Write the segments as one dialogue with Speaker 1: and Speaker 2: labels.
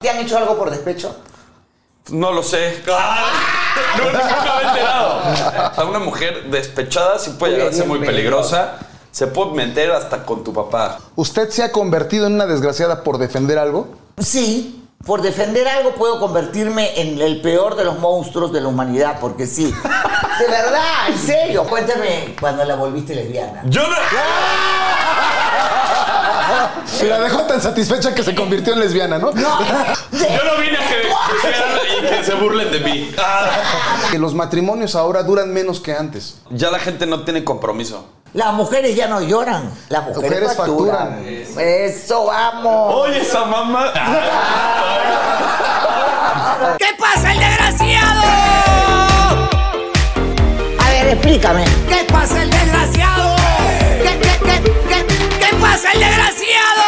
Speaker 1: ¿Te han hecho algo por despecho?
Speaker 2: No lo sé. No, nunca me he enterado. A una mujer despechada sí puede llegar a ser muy peligrosa. Se puede meter hasta con tu papá.
Speaker 3: ¿Usted se ha convertido en una desgraciada por defender algo?
Speaker 1: Sí. Por defender algo puedo convertirme en el peor de los monstruos de la humanidad, porque sí. De verdad, en serio. Cuéntame cuando la volviste lesbiana.
Speaker 2: Yo no.
Speaker 3: Se la dejó tan satisfecha que se convirtió en lesbiana, ¿no?
Speaker 2: Yo no vine a que me y que se burlen de mí.
Speaker 3: Que los matrimonios ahora duran menos que antes.
Speaker 2: Ya la gente no tiene compromiso.
Speaker 1: Las mujeres ya no lloran, las mujeres,
Speaker 3: Mujeres
Speaker 1: facturan. Eso, vamos.
Speaker 2: Oye, esa mamá.
Speaker 4: ¿Qué pasa, el desgraciado?
Speaker 1: A ver, explícame.
Speaker 4: ¿Qué pasa, el desgraciado? ¿Qué, qué, qué, qué, qué pasa, el desgraciado?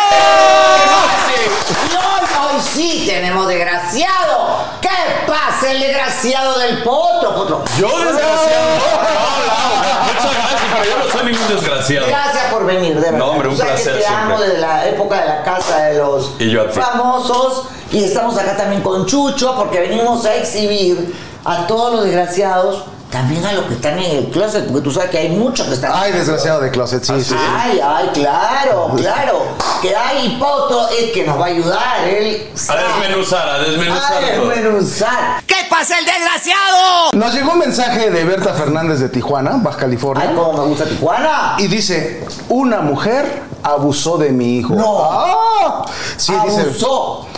Speaker 1: No, hoy sí tenemos desgraciado. ¿Qué pasa el desgraciado del potro, potro?
Speaker 2: Yo desgraciado. No, no, muchas gracias, pero yo no soy ningún desgraciado.
Speaker 1: Gracias por venir, de verdad.
Speaker 2: No, hombre, un
Speaker 1: Tú sabes que
Speaker 2: placer
Speaker 1: Te amo
Speaker 2: siempre.
Speaker 1: de la época de la casa de los
Speaker 2: Y yo a ti.
Speaker 1: famosos. Y estamos acá también con Chucho porque venimos a exhibir a todos los desgraciados, también a los que están en el closet, porque tú sabes que hay muchos que están.
Speaker 3: Ay, desgraciado de closet, sí, sí, sí.
Speaker 1: Ay, ay, claro, claro. Que hay Poto es que nos va a ayudar él
Speaker 2: A desmenuzar, a
Speaker 1: a
Speaker 2: desmenuzar. todo.
Speaker 1: desmenuzar.
Speaker 4: ¿Qué pasa, el desgraciado?
Speaker 3: Nos llegó un mensaje de Berta Fernández de Tijuana, Baja
Speaker 1: Ay,
Speaker 3: California.
Speaker 1: cómo me gusta Tijuana.
Speaker 3: Y dice, una mujer abusó de mi hijo.
Speaker 1: No.
Speaker 3: ¡Ah! Sí, dice-
Speaker 1: Abusó.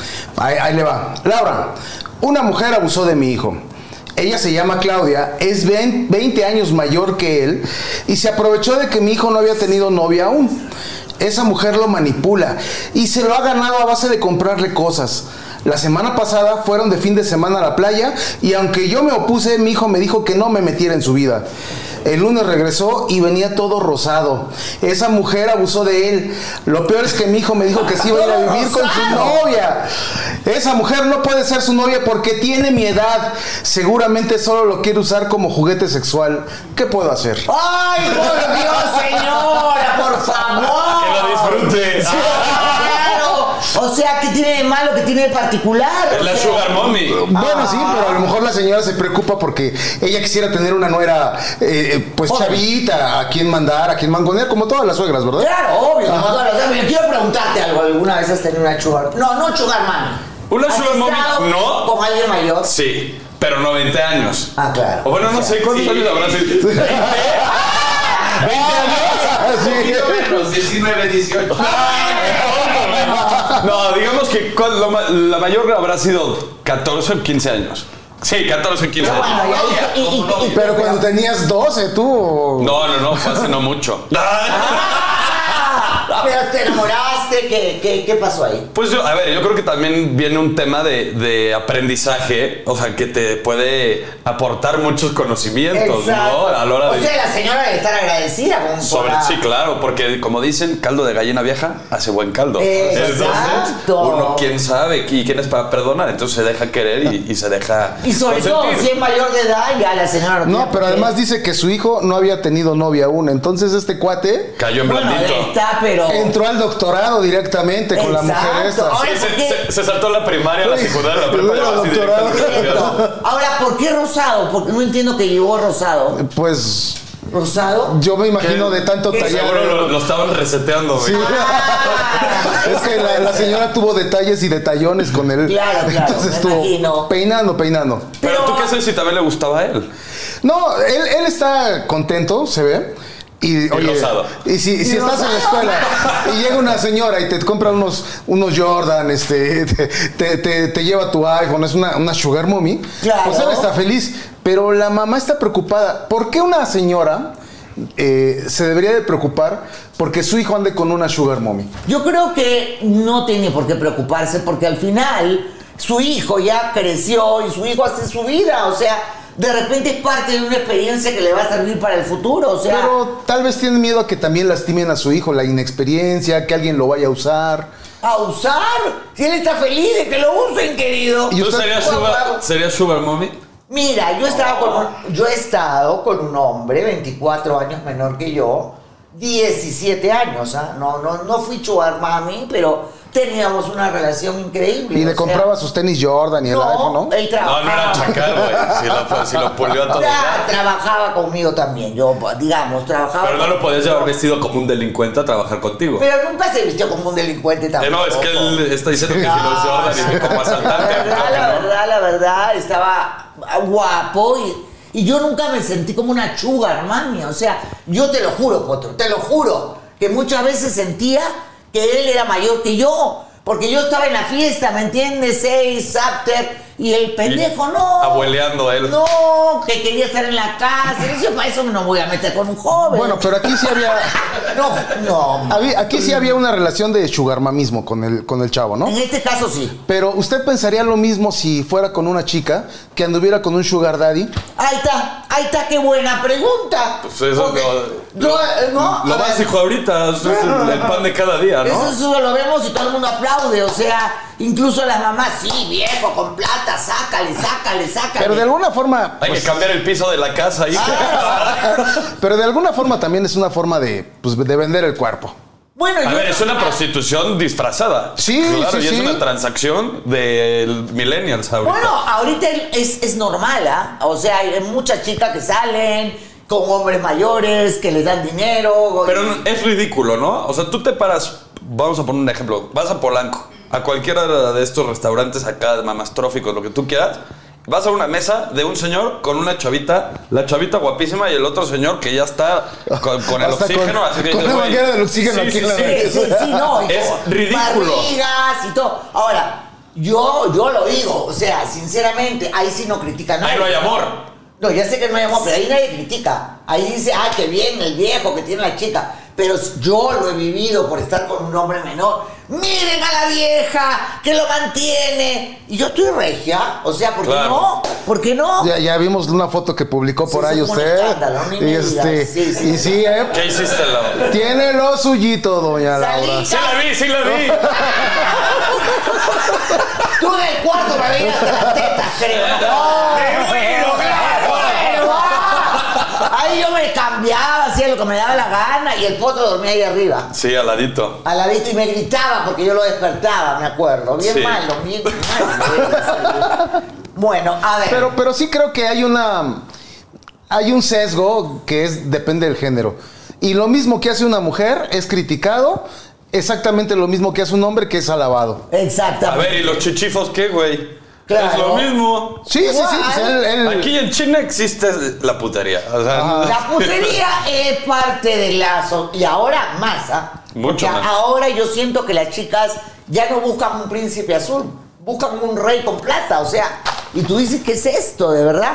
Speaker 3: Ahí, ahí le va. Laura, una mujer abusó de mi hijo. Ella se llama Claudia, es 20 20 años mayor que él y se aprovechó de que mi hijo no había tenido novia aún. Esa mujer lo manipula y se lo ha ganado a base de comprarle cosas. La semana pasada fueron de fin de semana a la playa y aunque yo me opuse, mi hijo me dijo que no me metiera en su vida. El lunes regresó y venía todo rosado. Esa mujer abusó de él. Lo peor es que mi hijo me dijo que sí iba a ir a vivir con su novia. Esa mujer no puede ser su novia porque tiene mi edad. Seguramente solo lo quiere usar como juguete sexual. ¿Qué puedo hacer?
Speaker 1: Ay, por Dios, señora, por
Speaker 3: Ah,
Speaker 1: favor.
Speaker 2: Que lo disfrute.
Speaker 1: Claro. O sea, ¿qué tiene de malo? ¿Qué tiene de particular?
Speaker 2: Es
Speaker 1: O
Speaker 2: la
Speaker 1: sea,
Speaker 2: Sugar Mommy.
Speaker 3: Bueno, sí,
Speaker 1: Ah.
Speaker 3: pero a lo mejor la señora se preocupa porque ella quisiera tener una nuera, eh, pues
Speaker 1: Joven.
Speaker 3: chavita, a quien mandar, a quien mangonear, como todas las suegras, ¿verdad?
Speaker 1: Claro, obvio. como todas las- Yo quiero preguntarte algo. ¿Alguna vez has tenido una sugar? No, no sugar mami.
Speaker 2: Una
Speaker 1: ¿Has
Speaker 2: sugar mommy,
Speaker 1: estado
Speaker 2: no.
Speaker 1: ¿Con alguien mayor?
Speaker 2: Sí, pero 90 años.
Speaker 1: Ah, claro.
Speaker 2: O bueno, no sé cuántos años habrá sido. 20 años. 19, 18. No, digamos que cuál- lo ma- la mayor habrá sido 14 o 15 años. Sí, 14 o 15
Speaker 1: Pero bueno,
Speaker 2: años.
Speaker 1: y- y- y- y- y-
Speaker 3: Pero cuando tenías 12, tú. o-
Speaker 2: No, no, no, fue hace no mucho.
Speaker 1: Ah, Pero te enamoraste, ¿qué, qué, qué pasó ahí?
Speaker 2: Pues yo, a ver, yo creo que también viene un tema de, de aprendizaje, o sea, que te puede aportar muchos conocimientos, ¿no? A la hora de...
Speaker 1: O sea, la señora debe estar agradecida con
Speaker 2: Sobre,
Speaker 1: la-
Speaker 2: sí, claro, porque como dicen, caldo de gallina vieja hace buen caldo.
Speaker 1: Exacto.
Speaker 2: uno quién sabe y quién es para perdonar, entonces se deja querer y, y se deja.
Speaker 1: Y sobre todo,
Speaker 2: consentir.
Speaker 1: si es mayor de edad, ya la señora tiene
Speaker 3: No,
Speaker 1: por
Speaker 3: pero
Speaker 1: qué.
Speaker 3: además dice que su hijo no había tenido novia aún. Entonces este cuate
Speaker 2: Cayó en
Speaker 1: Bueno,
Speaker 2: blandito.
Speaker 1: está, pero.
Speaker 3: entró al doctorado directamente con la mujer
Speaker 1: Exacto.
Speaker 3: esta.
Speaker 1: Ahora,
Speaker 2: Sí,
Speaker 1: ¿por
Speaker 2: se,
Speaker 1: qué?
Speaker 2: se- se saltó la primaria, la secundaria, la prepa.
Speaker 3: Luego
Speaker 2: ya va así
Speaker 3: doctorado.
Speaker 2: directo a la universidad.
Speaker 1: Ahora, ¿por qué rosado? Porque no entiendo que llegó rosado.
Speaker 3: Pues
Speaker 1: rosado.
Speaker 3: Yo me imagino de tanto
Speaker 1: Que
Speaker 3: taller.
Speaker 2: Seguro lo, lo estaban reseteando, güey.
Speaker 3: Sí. es que la, la señora tuvo detalles y detallones con él.
Speaker 1: Claro, claro,
Speaker 3: Entonces
Speaker 1: me
Speaker 3: estuvo
Speaker 1: imagino.
Speaker 3: peinando, peinando.
Speaker 2: Pero tú qué sabes si también le gustaba a él.
Speaker 3: No, él, él está contento, se ve. Y, oye,
Speaker 2: rosado.
Speaker 3: y si, si estás en la escuela y llega una señora y te compra unos, unos Jordan, este, te, te- te- te lleva tu iPhone, es una, una sugar mommy,
Speaker 1: Claro.
Speaker 3: pues él está feliz. Pero la mamá está preocupada. ¿Por qué una señora eh, se debería de preocupar porque su hijo ande con una sugar mommy?
Speaker 1: Yo creo que no tiene por qué preocuparse porque al final su hijo ya creció y su hijo hace su vida. O sea, de repente es parte de una experiencia que le va a servir para el futuro. O sea,
Speaker 3: Pero tal vez tienen miedo a que también lastimen a su hijo, la inexperiencia, que alguien lo vaya a usar.
Speaker 1: a usar. Si él está feliz de que lo usen, querido.
Speaker 3: Y
Speaker 2: ¿Tú
Speaker 3: usted-
Speaker 2: serías
Speaker 1: Guau,
Speaker 2: sugar,
Speaker 1: guau.
Speaker 2: serías sugar mommy?
Speaker 1: Mira, yo he, estado con un, yo he estado con un hombre 24 años menor que yo, 17 años, ¿ah? no, no, no fui chugar mami, pero teníamos una relación increíble.
Speaker 3: Y
Speaker 1: o
Speaker 3: le
Speaker 1: sea,
Speaker 3: compraba sus tenis Jordan y el iPhone, ¿no?
Speaker 1: Él
Speaker 2: No, no
Speaker 1: trabajaba.
Speaker 2: era chacal, güey. Si lo, si lo pulió a todo.
Speaker 1: Tra- trabajaba conmigo también, yo, digamos, trabajaba.
Speaker 2: Pero no lo podías llevar vestido como un delincuente a trabajar contigo.
Speaker 1: Pero nunca se vistió como un delincuente
Speaker 2: Eh,
Speaker 1: también.
Speaker 2: no, es que él está diciendo que si los Jordan y que como
Speaker 1: Ah, La
Speaker 2: asaltante.
Speaker 1: verdad, la verdad, la verdad, estaba guapo y, y yo nunca me sentí como una chuga, mami. O sea, yo te lo juro, Potro, te lo juro, que muchas veces sentía que él era mayor que yo. Porque yo estaba en la fiesta, ¿me entiendes? Seis, after, y el pendejo, no.
Speaker 2: abueleando a él.
Speaker 1: No, que quería estar en la casa. Y yo, para eso no me voy a meter con un joven.
Speaker 3: Bueno, pero aquí sí había,
Speaker 1: no, no.
Speaker 3: había- aquí sí había una relación de sugarmamismo con el, con el chavo, ¿no?
Speaker 1: En este caso sí.
Speaker 3: Pero usted pensaría lo mismo si fuera con una chica que anduviera con un sugar daddy.
Speaker 1: Ahí está, ahí está, qué buena pregunta.
Speaker 2: Pues eso
Speaker 1: Porque
Speaker 2: no-
Speaker 1: yo, eh, no,
Speaker 2: Lo
Speaker 1: a ver,
Speaker 2: básico ahorita es el el pan de cada día,
Speaker 1: Eso,
Speaker 2: ¿no?
Speaker 1: eso lo vemos y todo el mundo aplaude, o sea, incluso las mamás, sí, viejo, con plata, sácale, sácale, sácale.
Speaker 3: Pero de alguna
Speaker 1: pues
Speaker 3: forma, pues,
Speaker 2: Hay que cambiar el piso de la casa ahí.
Speaker 1: Ah,
Speaker 3: pero de alguna forma también es una forma de, pues, de vender el cuerpo.
Speaker 1: pues, Bueno,
Speaker 2: A
Speaker 1: yo-
Speaker 2: ver, es una prostitución disfrazada.
Speaker 3: Sí,
Speaker 2: claro,
Speaker 3: sí,
Speaker 2: y
Speaker 3: sí.
Speaker 2: es una transacción del millennials ahorita.
Speaker 1: Bueno, ahorita es, es normal, ¿ah? O sea, hay muchas chicas que salen con hombres mayores, que les dan dinero.
Speaker 2: Pero no- es ridículo, ¿no? O sea, tú te paras, vamos a poner un ejemplo, vas a Polanco, a cualquiera de estos restaurantes acá, mamastróficos, lo que tú quieras, vas a una mesa de un señor con una chavita, la chavita guapísima y el otro señor que ya está con, con el
Speaker 3: Hasta con-
Speaker 2: oxígeno, así que
Speaker 3: con
Speaker 2: dices,
Speaker 3: la
Speaker 2: "Güey,
Speaker 3: manguera del oxígeno
Speaker 2: sí,
Speaker 3: aquí
Speaker 2: sí,
Speaker 3: en la
Speaker 2: sí".
Speaker 1: Sí, sí, sí, no. y
Speaker 2: Es
Speaker 1: todo.
Speaker 2: ridículo.
Speaker 1: Barrigas y todo. Ahora, yo, yo lo digo, o sea, sinceramente, ahí sí no critica nada.
Speaker 2: Ahí no hay amor.
Speaker 1: No, ya sé que no hay amor, pero ahí nadie critica. Ahí dice, ah, qué bien el viejo que tiene la chica. Pero yo lo he vivido por estar con un hombre menor. Miren a la vieja que lo mantiene. Y yo estoy regia. O sea, ¿por qué
Speaker 2: Claro.
Speaker 1: no? ¿Por qué no?
Speaker 3: Ya, ya vimos una foto que publicó por
Speaker 1: Sí,
Speaker 3: ahí
Speaker 1: es un
Speaker 3: usted.
Speaker 1: escándalo, ni
Speaker 3: y
Speaker 1: me
Speaker 3: este,
Speaker 1: digas. Sí, sí.
Speaker 3: y sí, eh,
Speaker 2: ¿Qué hiciste, Laura?
Speaker 3: tiene lo suyito, doña
Speaker 1: Salí.
Speaker 3: Laura.
Speaker 2: Sí la vi, sí la vi.
Speaker 1: Tú en el cuarto me veías con las tetas, creo. No, Pero, ah, Ahí yo me cambiaba, hacía lo que me daba la gana y el potro dormía ahí arriba.
Speaker 2: Sí, al ladito.
Speaker 1: Al ladito y me gritaba porque yo lo despertaba, me acuerdo. Bien
Speaker 2: Sí.
Speaker 1: malo, bien malo. Bueno, a ver.
Speaker 3: Pero, pero sí creo que hay una. Hay un sesgo que es depende del género. Y lo mismo que hace una mujer es criticado, exactamente lo mismo que hace un hombre que es alabado.
Speaker 2: A
Speaker 1: Exactamente.
Speaker 2: ver, ¿y los chichifos qué, güey?
Speaker 1: Claro.
Speaker 2: Es lo mismo.
Speaker 3: Sí, sí, sí. pues él- él-
Speaker 2: Aquí en China existe la putería. O sea,
Speaker 3: Ajá.
Speaker 1: La putería es parte del lazo. Y ahora más, ¿ah?
Speaker 2: Mucho
Speaker 1: Porque
Speaker 2: más.
Speaker 1: Ahora yo siento que las chicas ya no buscan un príncipe azul, buscan un rey con plata. O sea, y tú dices, ¿qué es esto, de verdad?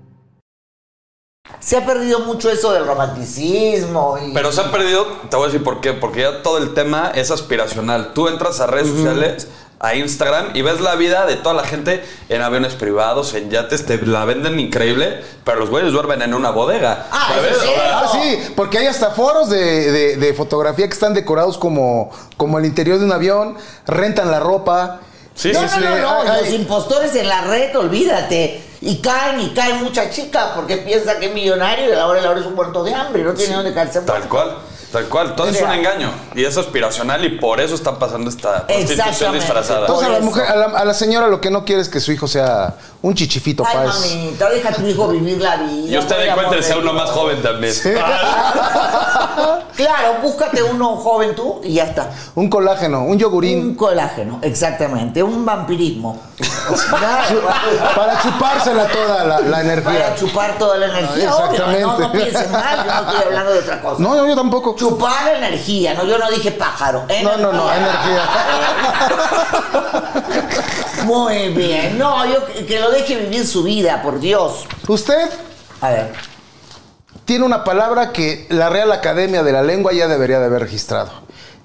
Speaker 1: Se ha perdido mucho eso del romanticismo. Y...
Speaker 2: Pero se han perdido, te voy a decir por qué, porque ya todo el tema es aspiracional. Tú entras a redes sociales, a Instagram, y ves la vida de toda la gente en aviones privados, en yates, te la venden increíble, pero los güeyes duermen en una bodega.
Speaker 1: Ah,
Speaker 2: ¿Sabes?
Speaker 1: eso sí.
Speaker 2: O sea,
Speaker 3: Ah, sí, porque hay hasta foros de, de- de fotografía que están decorados como, como el interior de un avión, rentan la ropa. Este,
Speaker 2: Sí,
Speaker 1: no,
Speaker 2: sí,
Speaker 1: no,
Speaker 2: sí.
Speaker 1: no, no,
Speaker 3: ay,
Speaker 1: Este, los
Speaker 3: ay.
Speaker 1: impostores en la red, olvídate. Y caen, y cae mucha chica porque piensa que es millonario y a la hora de la hora es un muerto de hambre y no tiene dónde calzar.
Speaker 2: Tal cual, tal cual. Todo es un
Speaker 1: Mira.
Speaker 2: engaño. Y es aspiracional y por eso está pasando esta prostitución
Speaker 1: Exactamente.
Speaker 2: disfrazada.
Speaker 3: Entonces a la,
Speaker 1: Por eso.
Speaker 3: mujer, a, la, a la señora lo que no quiere es que su hijo sea un chichifito
Speaker 1: Ay,
Speaker 3: páez.
Speaker 1: mamita, deja a tu hijo vivir la vida.
Speaker 2: Y usted
Speaker 1: por el
Speaker 2: encuéntrese a
Speaker 1: amor de
Speaker 2: uno más
Speaker 1: Dios.
Speaker 2: joven también.
Speaker 3: Sí.
Speaker 1: Claro, búscate uno joven tú y ya está.
Speaker 3: Un colágeno, un
Speaker 1: Un
Speaker 3: yogurín.
Speaker 1: colágeno, exactamente, un vampirismo. Claro,
Speaker 3: Para chupársela toda la, la
Speaker 1: Para
Speaker 3: energía.
Speaker 1: chupar toda la energía. obvio,
Speaker 3: Exactamente.
Speaker 1: no, no piensen mal, yo no estoy hablando de otra cosa.
Speaker 3: No, no, yo tampoco.
Speaker 1: Chupar energía, no, yo no dije pájaro. ¿eh?
Speaker 3: No, no, no, energía.
Speaker 1: Muy bien, no, yo que, que lo deje vivir su vida, por Dios.
Speaker 3: Usted
Speaker 1: A ver,
Speaker 3: tiene una palabra que la Real Academia de la Lengua ya debería de haber registrado,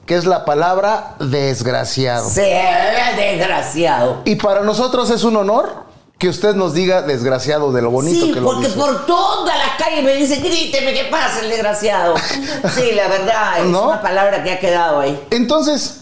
Speaker 3: que es la palabra desgraciado.
Speaker 1: sea desgraciado.
Speaker 3: Y para nosotros es un honor que usted nos diga desgraciado de lo bonito
Speaker 1: Sí,
Speaker 3: que lo
Speaker 1: porque
Speaker 3: dice.
Speaker 1: por todas las calles me dicen, gríteme que pasa el desgraciado. Sí, la verdad, es
Speaker 3: ¿No?
Speaker 1: una palabra que ha quedado ahí.
Speaker 3: Entonces,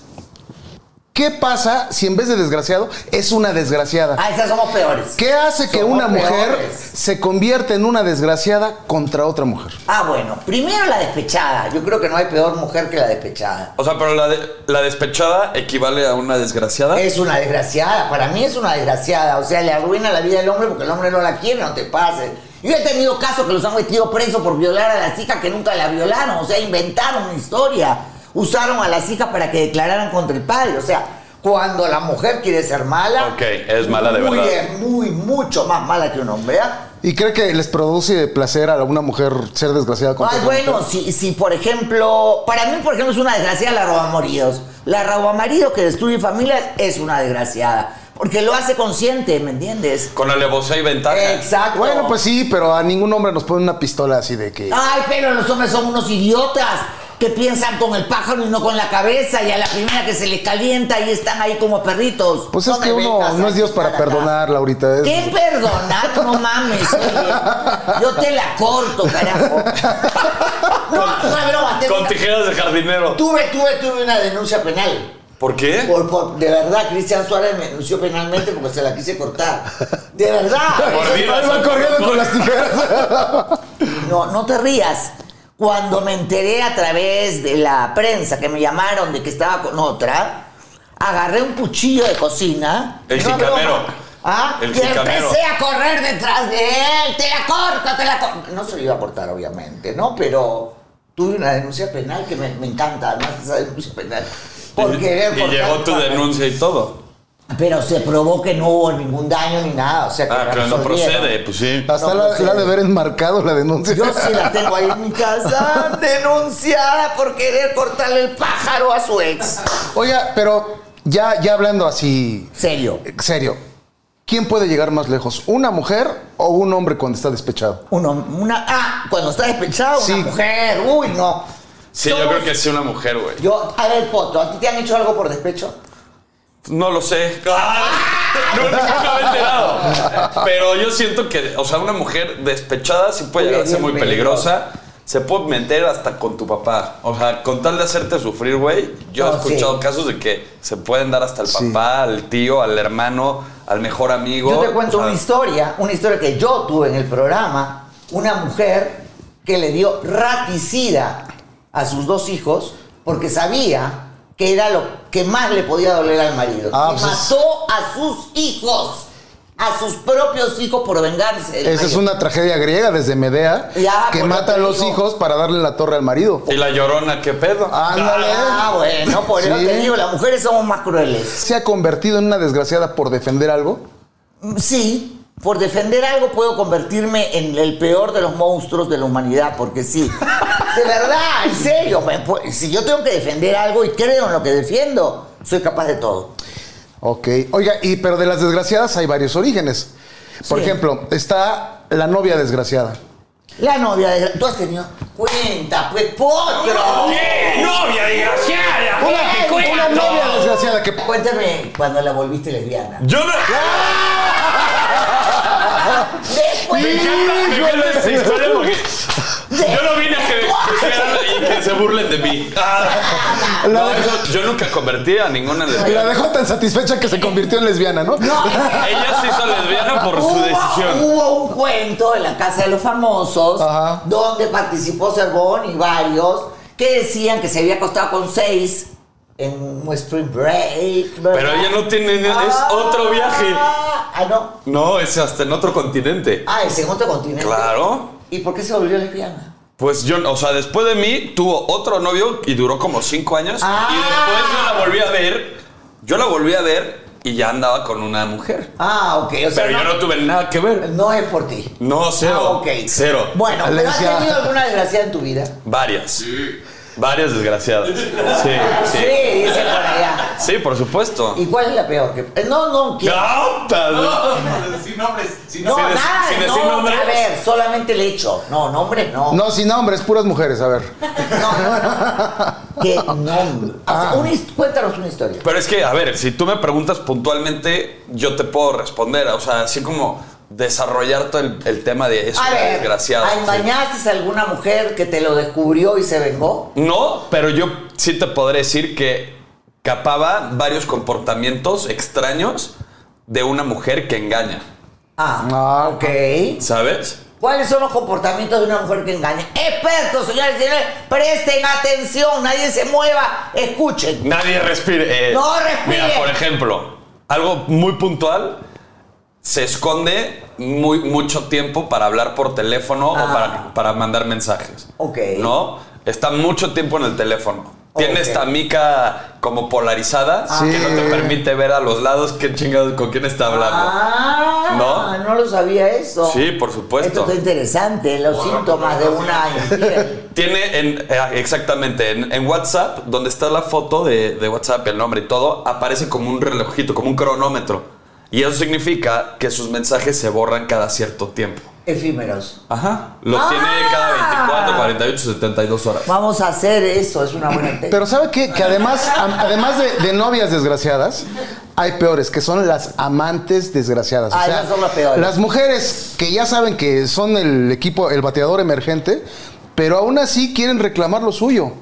Speaker 3: ¿qué pasa si en vez de desgraciado es una desgraciada?
Speaker 1: Ah, esas somos peores.
Speaker 3: ¿Qué hace que
Speaker 1: Somos
Speaker 3: una mujer
Speaker 1: peores.
Speaker 3: se convierta en una desgraciada contra otra mujer?
Speaker 1: Ah, bueno, primero la despechada. Yo creo que no hay peor mujer que la despechada.
Speaker 2: O sea, pero la, de- la despechada equivale a una desgraciada.
Speaker 1: Es una desgraciada, para mí es una desgraciada. O sea, le arruina la vida al hombre porque el hombre no la quiere, no te pases. Yo he tenido casos que los han metido presos por violar a las hijas que nunca la violaron. O sea, inventaron una historia. Usaron a las hijas para que declararan contra el padre. O sea, cuando la mujer quiere ser mala.
Speaker 2: Ok, es mala de
Speaker 1: muy,
Speaker 2: verdad.
Speaker 1: Es muy, mucho más mala que un hombre. ¿ah?
Speaker 3: ¿Y cree que les produce placer a una mujer ser desgraciada contra
Speaker 1: Ay,
Speaker 3: otra
Speaker 1: bueno,
Speaker 3: mujer?
Speaker 1: si, si por ejemplo, para mí, por ejemplo, es una desgraciada la robamaridos. La robamaridos que destruye familias es una desgraciada. Porque lo hace consciente, ¿me entiendes?
Speaker 2: Con alevosía y ventaja.
Speaker 1: Exacto.
Speaker 3: Bueno, pues sí, pero a ningún hombre nos pone una pistola así de que...
Speaker 1: Ay, pero los hombres son unos idiotas que piensan con el pájaro y no con la cabeza. Y a la primera que se les calienta y están ahí como perritos.
Speaker 3: Pues es
Speaker 1: No
Speaker 3: que
Speaker 1: me
Speaker 3: uno
Speaker 1: vengas
Speaker 3: no
Speaker 1: a
Speaker 3: es Dios para
Speaker 1: quitar acá.
Speaker 3: perdonar, Laurita. es-
Speaker 1: ¿Qué perdonar? No mames, oye. Yo te la corto, carajo. No, no es broma. te-
Speaker 2: Con tijeras de jardinero.
Speaker 1: Tuve, tuve, tuve una denuncia penal.
Speaker 2: ¿Por qué?
Speaker 1: Por, por- de verdad, Cristian Suárez me denunció penalmente porque se la quise cortar. De
Speaker 2: Por
Speaker 1: verdad.
Speaker 2: Dios.
Speaker 3: Ahí va corriendo con las tijeras.
Speaker 1: No, no te rías. Cuando me enteré a través de la prensa que me llamaron de que estaba con otra, agarré un cuchillo de cocina.
Speaker 2: El
Speaker 1: No,
Speaker 2: jicamero.
Speaker 1: broma. ¿Ah?
Speaker 2: El
Speaker 1: y
Speaker 2: jicamero.
Speaker 1: empecé a correr detrás de él. Te la corto, te la corto. No se lo iba a cortar, obviamente, ¿no? Pero tuve una denuncia penal que me, me encanta, además, esa denuncia penal.
Speaker 2: y,
Speaker 1: Porque
Speaker 2: y llegó tu denuncia y todo.
Speaker 1: Pero se probó que no hubo ningún daño ni nada. O sea, que la
Speaker 2: Ah, claro, no
Speaker 1: resolvieron.
Speaker 2: procede. Pues sí.
Speaker 3: Hasta
Speaker 1: No,
Speaker 3: la,
Speaker 1: no sé.
Speaker 3: la ha de haber enmarcado la denuncia.
Speaker 1: Yo sí la tengo ahí en mi casa, denunciada por querer cortarle el pájaro a su ex.
Speaker 3: Oiga, pero ya, ya hablando así,
Speaker 1: Serio,
Speaker 3: serio, ¿quién puede llegar más lejos? ¿Una mujer o un hombre cuando está despechado?
Speaker 1: uno, una. Ah, cuando está despechado,
Speaker 3: Sí.
Speaker 1: una mujer, uy, no.
Speaker 2: Sí, yo
Speaker 1: Somos-
Speaker 2: creo que sí, una mujer, güey.
Speaker 1: Yo, a ver, Potro, ¿a ti te han hecho algo por despecho?
Speaker 2: No lo sé.
Speaker 1: Ah.
Speaker 2: Ah, No, nunca me he enterado. Pero yo siento que, o sea, una mujer despechada sí puede
Speaker 1: Muy
Speaker 2: llegar a ser
Speaker 1: bien,
Speaker 2: muy
Speaker 1: bien
Speaker 2: peligrosa. Se puede meter hasta con tu papá. O sea, con tal de hacerte sufrir, güey. Yo he
Speaker 1: No, sí.
Speaker 2: escuchado casos de que se pueden dar hasta al
Speaker 3: Sí.
Speaker 2: papá, al tío, al hermano, al mejor amigo.
Speaker 1: Yo te cuento
Speaker 2: O sea,
Speaker 1: una historia, una historia que yo tuve en el programa, una mujer que le dio raticida a sus dos hijos porque sabía que era lo que más le podía doler al marido. y
Speaker 3: Ah, pues es-
Speaker 1: mató a sus hijos. a sus propios hijos por vengarse. el
Speaker 3: Esa es
Speaker 1: mayor.
Speaker 3: una tragedia griega desde Medea
Speaker 1: Ya,
Speaker 3: que
Speaker 1: por lo
Speaker 3: mata a
Speaker 1: que
Speaker 3: los
Speaker 1: digo.
Speaker 3: hijos para darle la torre al marido.
Speaker 2: Y la llorona, ¿qué pedo?
Speaker 3: Ándale.
Speaker 1: Ah, bueno, por eso
Speaker 3: Sí.
Speaker 1: te digo, las mujeres somos más crueles.
Speaker 3: ¿Se ha convertido en una desgraciada por defender algo?
Speaker 1: Mm, Sí, por defender algo puedo convertirme en el peor de los monstruos de la humanidad, porque sí. De verdad, en serio, me pu- si yo tengo que defender algo y creo en lo que defiendo, soy capaz de todo.
Speaker 3: Ok. Oiga, y pero de las desgraciadas hay varios orígenes. Por
Speaker 1: Sí.
Speaker 3: ejemplo, está la novia desgraciada.
Speaker 1: La novia de... ¿Tú has tenido? Cuenta, pues, potro.
Speaker 4: ¡Qué novia desgraciada!
Speaker 1: Una-
Speaker 4: ¡Que cuenta
Speaker 3: Una
Speaker 4: todo!
Speaker 3: novia desgraciada que.
Speaker 1: Cuéntame cuando la volviste lesbiana.
Speaker 2: Yo no.
Speaker 1: Después...
Speaker 2: Me encanta- me encanta esa historia porque Yo no vine a que me escucharan y que se burlen de mí. Ah.
Speaker 3: La
Speaker 2: No,
Speaker 3: de-
Speaker 2: eso- yo nunca convertí a ninguna
Speaker 3: Y la
Speaker 2: lesbiana.
Speaker 3: dejó tan satisfecha que se convirtió en lesbiana, ¿no?
Speaker 2: Ella se hizo lesbiana por su
Speaker 1: Hubo-
Speaker 2: decisión.
Speaker 1: Hubo un cuento en la Casa de los Famosos
Speaker 3: Ajá.
Speaker 1: donde participó Cervón y varios que decían que se había acostado con seis en un spring break. ¿verdad?
Speaker 2: Pero ella no tiene- es
Speaker 1: Ah,
Speaker 2: otro viaje.
Speaker 1: Ah, no.
Speaker 2: No, es hasta en otro continente.
Speaker 1: Ah, es en otro continente.
Speaker 2: Claro.
Speaker 1: ¿Y por qué se volvió lesbiana?
Speaker 2: Pues yo, o sea, después de mí tuvo otro novio y duró como cinco años.
Speaker 1: Ah.
Speaker 2: Y después yo la volví a ver. Yo la volví a ver y ya andaba con una mujer.
Speaker 1: Ah, ok. O sea,
Speaker 2: Pero yo no tuve nada que ver.
Speaker 1: no es por ti.
Speaker 2: No, cero.
Speaker 1: Ah, ok.
Speaker 2: Cero.
Speaker 1: Bueno, ¿pero ¿has
Speaker 3: Alesia.
Speaker 1: tenido alguna desgracia en tu vida?
Speaker 2: Varias. Varias desgraciadas. Sí, sí.
Speaker 1: dice por allá.
Speaker 2: Sí, por supuesto.
Speaker 1: ¿Y cuál es la peor? que- eh, No, no, quiero.
Speaker 2: ¡No!
Speaker 5: Sin nombres, sin
Speaker 1: No,
Speaker 2: Sin dec-
Speaker 1: nada,
Speaker 2: sin decir
Speaker 1: no,
Speaker 2: nombres.
Speaker 1: a ver, solamente el hecho. No, nombre no.
Speaker 3: No, sin hombres, puras mujeres, a ver.
Speaker 1: no, no, no. ¿Qué nombre? O sea,
Speaker 3: Ah.
Speaker 1: una his- cuéntanos una historia.
Speaker 2: Pero es que, a ver, si tú me preguntas puntualmente, yo te puedo responder. O sea, así como desarrollar todo el, el tema de eso.
Speaker 1: a ver,
Speaker 2: desgraciado. sí.
Speaker 1: ¿engañaste a alguna mujer que te lo descubrió y se vengó?
Speaker 2: No, pero yo sí te podré decir que capaba varios comportamientos extraños de una mujer que engaña,
Speaker 1: Ah,
Speaker 3: Ah.
Speaker 1: ok.
Speaker 2: ¿sabes?
Speaker 1: ¿Cuáles son los comportamientos de una mujer que engaña? Expertos, señores y señores, presten atención, nadie se mueva, escuchen.
Speaker 2: Nadie respire. eh,
Speaker 1: No respire.
Speaker 2: Mira, por ejemplo, algo muy puntual. Se esconde muy, mucho tiempo para hablar por teléfono
Speaker 1: Ah.
Speaker 2: o para, para mandar mensajes.
Speaker 1: Ok.
Speaker 2: ¿No? Está mucho tiempo en el teléfono. Tiene
Speaker 1: Ok.
Speaker 2: esta mica como polarizada
Speaker 3: Ah.
Speaker 2: que no
Speaker 3: Sí.
Speaker 2: te permite ver a los lados qué chingados con quién está hablando.
Speaker 1: Ah,
Speaker 2: No.
Speaker 1: no lo sabía eso.
Speaker 2: Sí, por
Speaker 1: Esto
Speaker 2: supuesto.
Speaker 1: está interesante, los síntomas de una infiel.
Speaker 2: Tiene en, eh, exactamente en, en WhatsApp, donde está la foto de, de WhatsApp, el nombre y todo, aparece como un relojito, como un cronómetro. Y eso significa que sus mensajes se borran cada cierto tiempo.
Speaker 1: efímeros.
Speaker 2: Ajá. Los
Speaker 1: Ah.
Speaker 2: tiene cada 24, 48, 72 horas.
Speaker 1: Vamos a hacer eso, es una buena técnica.
Speaker 3: Pero ¿sabe qué? Que además, am- además de, de novias desgraciadas, hay peores, que son las amantes desgraciadas.
Speaker 1: Ah, esas son las peores.
Speaker 3: Las mujeres que ya saben que son el equipo, el bateador emergente, pero aún así quieren reclamar lo suyo.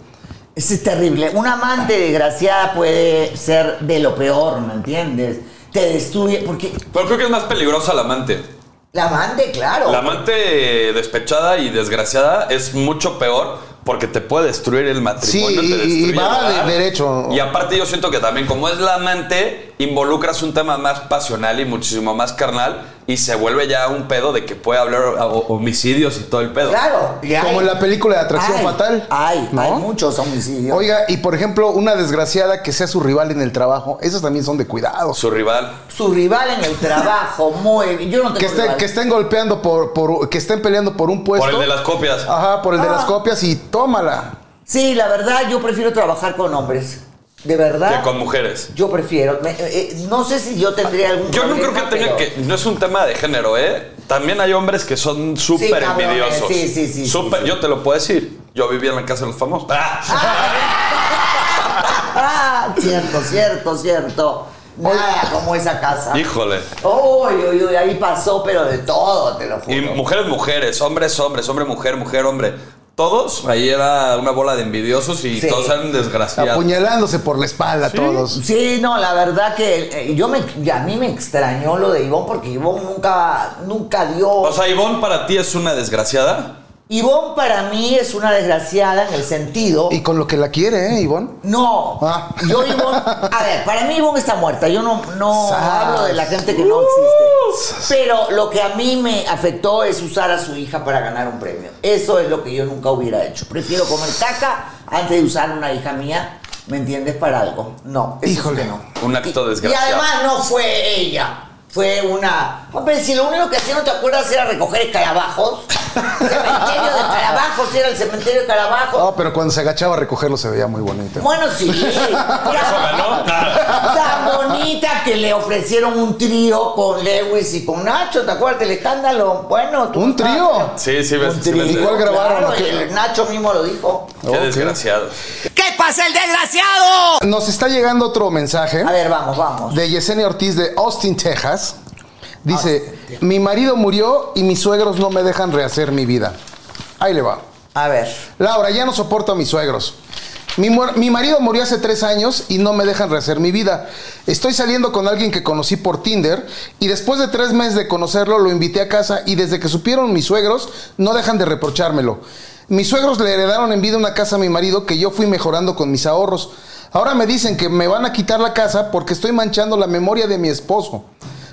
Speaker 1: Eso es terrible. Una amante desgraciada puede ser de lo peor, ¿me entiendes? Te destruye, porque
Speaker 2: Pero creo que es más peligrosa la amante.
Speaker 1: la amante, claro.
Speaker 2: La amante eh, despechada y desgraciada es mucho peor porque te puede destruir el matrimonio.
Speaker 3: Sí,
Speaker 2: te
Speaker 3: y-
Speaker 2: destruye
Speaker 3: y va
Speaker 2: el hogar.
Speaker 3: de derecho.
Speaker 2: Y aparte yo siento que también como es la amante, involucras un tema más pasional y muchísimo más carnal y se vuelve ya un pedo de que puede hablar o- o- homicidios y todo el pedo.
Speaker 1: claro. y hay-
Speaker 3: Como en la película de Atracción
Speaker 1: hay-
Speaker 3: Fatal.
Speaker 1: Hay,
Speaker 3: ¿no?
Speaker 1: hay muchos homicidios.
Speaker 3: Oiga, y por ejemplo, una desgraciada que sea su rival en el trabajo, esas también son de cuidado.
Speaker 2: Su rival.
Speaker 1: Su rival en el trabajo, muy bien. Yo no tengo
Speaker 3: Que estén,
Speaker 1: rival.
Speaker 3: que estén golpeando por, por- que estén peleando por un puesto.
Speaker 2: Por el de las copias.
Speaker 3: Ajá, por el de
Speaker 1: Pues Ah.
Speaker 3: las copias y tómala.
Speaker 1: Sí, la verdad, yo prefiero trabajar con hombres. De verdad.
Speaker 2: Que con mujeres.
Speaker 1: Yo prefiero. Me- eh, no sé si yo tendría algún
Speaker 2: Yo no creo
Speaker 1: problema,
Speaker 2: que tenga
Speaker 1: ah, pero-
Speaker 2: que. No es un tema de género, ¿eh? También hay hombres que son súper
Speaker 1: cabrones,
Speaker 2: envidiosos.
Speaker 1: sí, sí, sí,
Speaker 2: Súper,
Speaker 1: sí, sí.
Speaker 2: yo te lo puedo decir. Yo vivía en la casa de los famosos. ¡Ah!
Speaker 1: Ah, cierto, cierto, cierto. Nada como esa casa.
Speaker 2: Híjole.
Speaker 1: Uy, uy, uy, ahí pasó, pero de todo, te lo juro.
Speaker 2: Y mujeres, mujeres, hombres, hombres, hombre, mujer, mujer, hombre. Todos, ahí era una bola de envidiosos y
Speaker 1: Sí.
Speaker 2: todos eran desgraciados.
Speaker 3: Apuñalándose por la espalda todos.
Speaker 1: Sí, no, la verdad que eh, yo me, y a mí me extrañó lo de Ivonne porque Ivonne nunca, nunca dio.
Speaker 2: O sea, Ivonne para ti es una desgraciada.
Speaker 1: Ivonne para mí es una desgraciada en el sentido.
Speaker 3: Y con lo que la quiere, ¿eh, Ivonne?
Speaker 1: No,
Speaker 3: Ah.
Speaker 1: yo Ivonne, a ver, para mí Ivonne está muerta. Yo no, no
Speaker 3: Sas.
Speaker 1: hablo de la gente que no existe. Pero lo que a mí me afectó es usar a su hija para ganar un premio. Eso es lo que yo nunca hubiera hecho. Prefiero comer caca antes de usar una hija mía, ¿me entiendes? Para algo. No, eso es
Speaker 3: Híjole.
Speaker 1: que no.
Speaker 2: Un acto
Speaker 1: Y-
Speaker 2: desgraciado.
Speaker 1: Y además no fue ella. Fue una. Hombre, si lo único que hacía, ¿no te acuerdas? Era recoger escarabajos. cementerio de escarabajos, era el cementerio de escarabajos.
Speaker 3: No, pero cuando se agachaba a recogerlo se veía muy bonito.
Speaker 1: Bueno, sí. Por
Speaker 2: eso ganó.
Speaker 1: Tan bonita que le ofrecieron un trío con Lewis y con Nacho. ¿Te acuerdas del escándalo? Bueno, tú
Speaker 3: ¿Un
Speaker 1: no sabes.
Speaker 3: trío?
Speaker 2: Sí, sí, ves.
Speaker 1: Un
Speaker 2: sí
Speaker 1: trío.
Speaker 2: ves-
Speaker 3: ¿Y cuál grabaron?
Speaker 1: Claro,
Speaker 3: ¿O qué?
Speaker 1: el Nacho mismo lo dijo.
Speaker 2: Qué
Speaker 3: Ok.
Speaker 2: desgraciado.
Speaker 4: ¿Qué pasa el desgraciado?
Speaker 3: Nos está llegando otro mensaje
Speaker 1: A ver, vamos, vamos.
Speaker 3: de Yesenia Ortiz de Austin, Texas. Dice,
Speaker 1: Ah,
Speaker 3: mi marido murió y mis suegros no me dejan rehacer mi vida. Ahí le va.
Speaker 1: A ver.
Speaker 3: Laura, ya no soporto a mis suegros. Mi, muer- mi marido murió hace tres años y no me dejan rehacer mi vida. Estoy saliendo con alguien que conocí por Tinder y después de tres meses de conocerlo lo invité a casa y desde que supieron mis suegros no dejan de reprochármelo. Mis suegros le heredaron en vida una casa a mi marido que yo fui mejorando con mis ahorros. Ahora me dicen que me van a quitar la casa porque estoy manchando la memoria de mi esposo.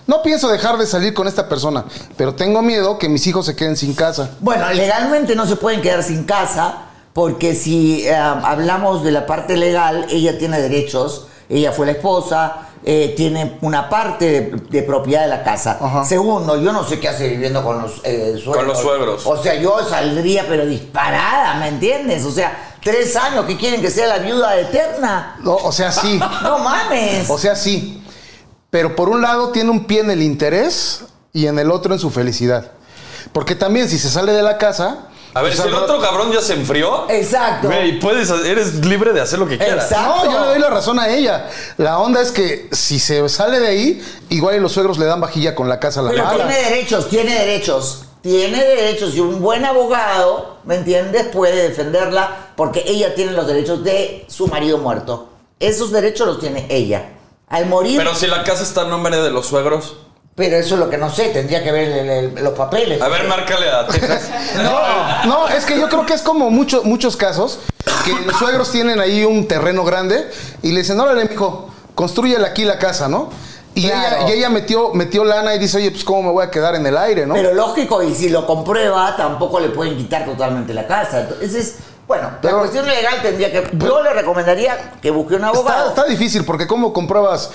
Speaker 3: No pienso dejar de salir con esta persona, pero tengo miedo que mis hijos se queden sin casa.
Speaker 1: Bueno, legalmente no se pueden quedar sin casa, porque si eh, hablamos de la parte legal, ella tiene derechos, ella fue la esposa, eh, tiene una parte de, de propiedad de la casa.
Speaker 3: Ajá.
Speaker 1: Segundo, yo no sé qué hace viviendo con los eh, suegros.
Speaker 2: Con los suegros.
Speaker 1: O sea, yo saldría pero disparada, ¿me entiendes? O sea, tres años que quieren que sea la viuda eterna.
Speaker 3: No, o sea, sí.
Speaker 1: No mames.
Speaker 3: O sea, sí. Pero por un lado tiene un pie en el interés y en el otro en su felicidad. Porque también si se sale de la casa...
Speaker 2: A ver,
Speaker 3: pues,
Speaker 2: si el
Speaker 3: al
Speaker 2: otro cabrón ya se enfrió.
Speaker 1: Exacto.
Speaker 2: Güey, puedes, eres libre de hacer lo que quieras.
Speaker 1: Exacto.
Speaker 3: No, yo le doy la razón a ella. La onda es que si se sale de ahí, igual y los suegros le dan vajilla con la casa a la
Speaker 1: Pero
Speaker 3: mala.
Speaker 1: tiene derechos, tiene derechos. Tiene derechos y un buen abogado, ¿me entiendes? Puede defenderla porque ella tiene los derechos de su marido muerto. Esos derechos los tiene ella. Al morir, pero,
Speaker 2: Pero si la casa está a nombre de los suegros.
Speaker 1: eso es lo que no sé, tendría que ver el- el- los papeles.
Speaker 2: A ver, márcale a Texas.
Speaker 3: No, no, es que yo creo que es como muchos muchos casos que los suegros tienen ahí un terreno grande y le dicen, órale, mijo, construyele aquí la casa, ¿no? Y
Speaker 1: Claro.
Speaker 3: ella, y ella metió, metió lana y dice, oye, pues cómo me voy a quedar en el aire, ¿no?
Speaker 1: Pero lógico, y si lo comprueba, tampoco le pueden quitar totalmente la casa. Entonces, es- bueno,
Speaker 3: Pero-
Speaker 1: la cuestión legal tendría que. Yo le recomendaría que busque un
Speaker 3: Está,
Speaker 1: abogado.
Speaker 3: está difícil porque ¿cómo compruebas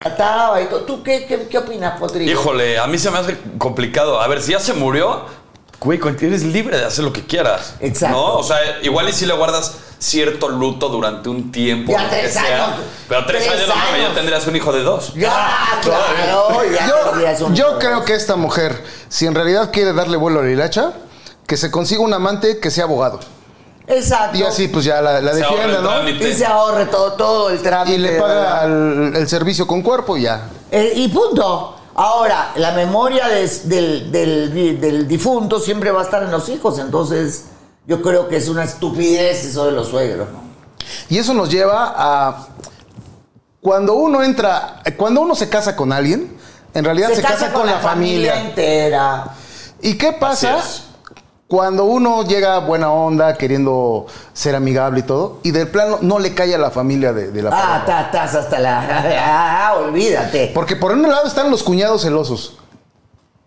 Speaker 1: trataba y todo. ¿Tú qué, qué, qué opinas, Potrillo?
Speaker 2: Híjole, a mí se me hace complicado. A ver, si ya se murió, Güey, cualquier- eres libre de hacer lo que quieras.
Speaker 1: Exacto.
Speaker 2: ¿No? O sea, igual y si le guardas cierto luto durante un tiempo.
Speaker 1: Ya
Speaker 2: lo que
Speaker 1: tres
Speaker 2: sea.
Speaker 1: años.
Speaker 2: Pero tres,
Speaker 1: Tres
Speaker 2: años, no mames,
Speaker 1: años.
Speaker 2: ya tendrías un hijo de dos.
Speaker 1: Ya, claro, ya tendrías
Speaker 3: Yo,
Speaker 1: un-
Speaker 3: yo creo que esta mujer, si en realidad quiere darle vuelo a la hilacha, que se consiga un amante que sea abogado.
Speaker 1: Exacto.
Speaker 3: Y así, pues ya la, la
Speaker 2: Se ahorra
Speaker 3: defienda,
Speaker 2: el
Speaker 3: ¿no?
Speaker 2: trámite.
Speaker 1: Y se ahorre todo, todo el trámite.
Speaker 3: Y le
Speaker 1: de
Speaker 3: paga
Speaker 1: verdad.
Speaker 3: al- el servicio con cuerpo y ya.
Speaker 1: Eh, y punto. Ahora, la memoria des- del, del di- del difunto siempre va a estar en los hijos, entonces yo creo que es una estupidez eso de los suegros. ¿no?
Speaker 3: Y eso nos lleva a. Cuando uno entra. Cuando uno se casa con alguien, en realidad se, casa, con, la familia.
Speaker 1: entera.
Speaker 3: ¿Y qué pasa
Speaker 2: Así es.
Speaker 3: cuando uno llega buena onda, queriendo ser amigable y todo, y del plano no le cae a la familia de, de la
Speaker 1: Ah,
Speaker 3: pareja?
Speaker 1: tatas hasta la... Ah, olvídate.
Speaker 3: Porque por un lado están los cuñados celosos.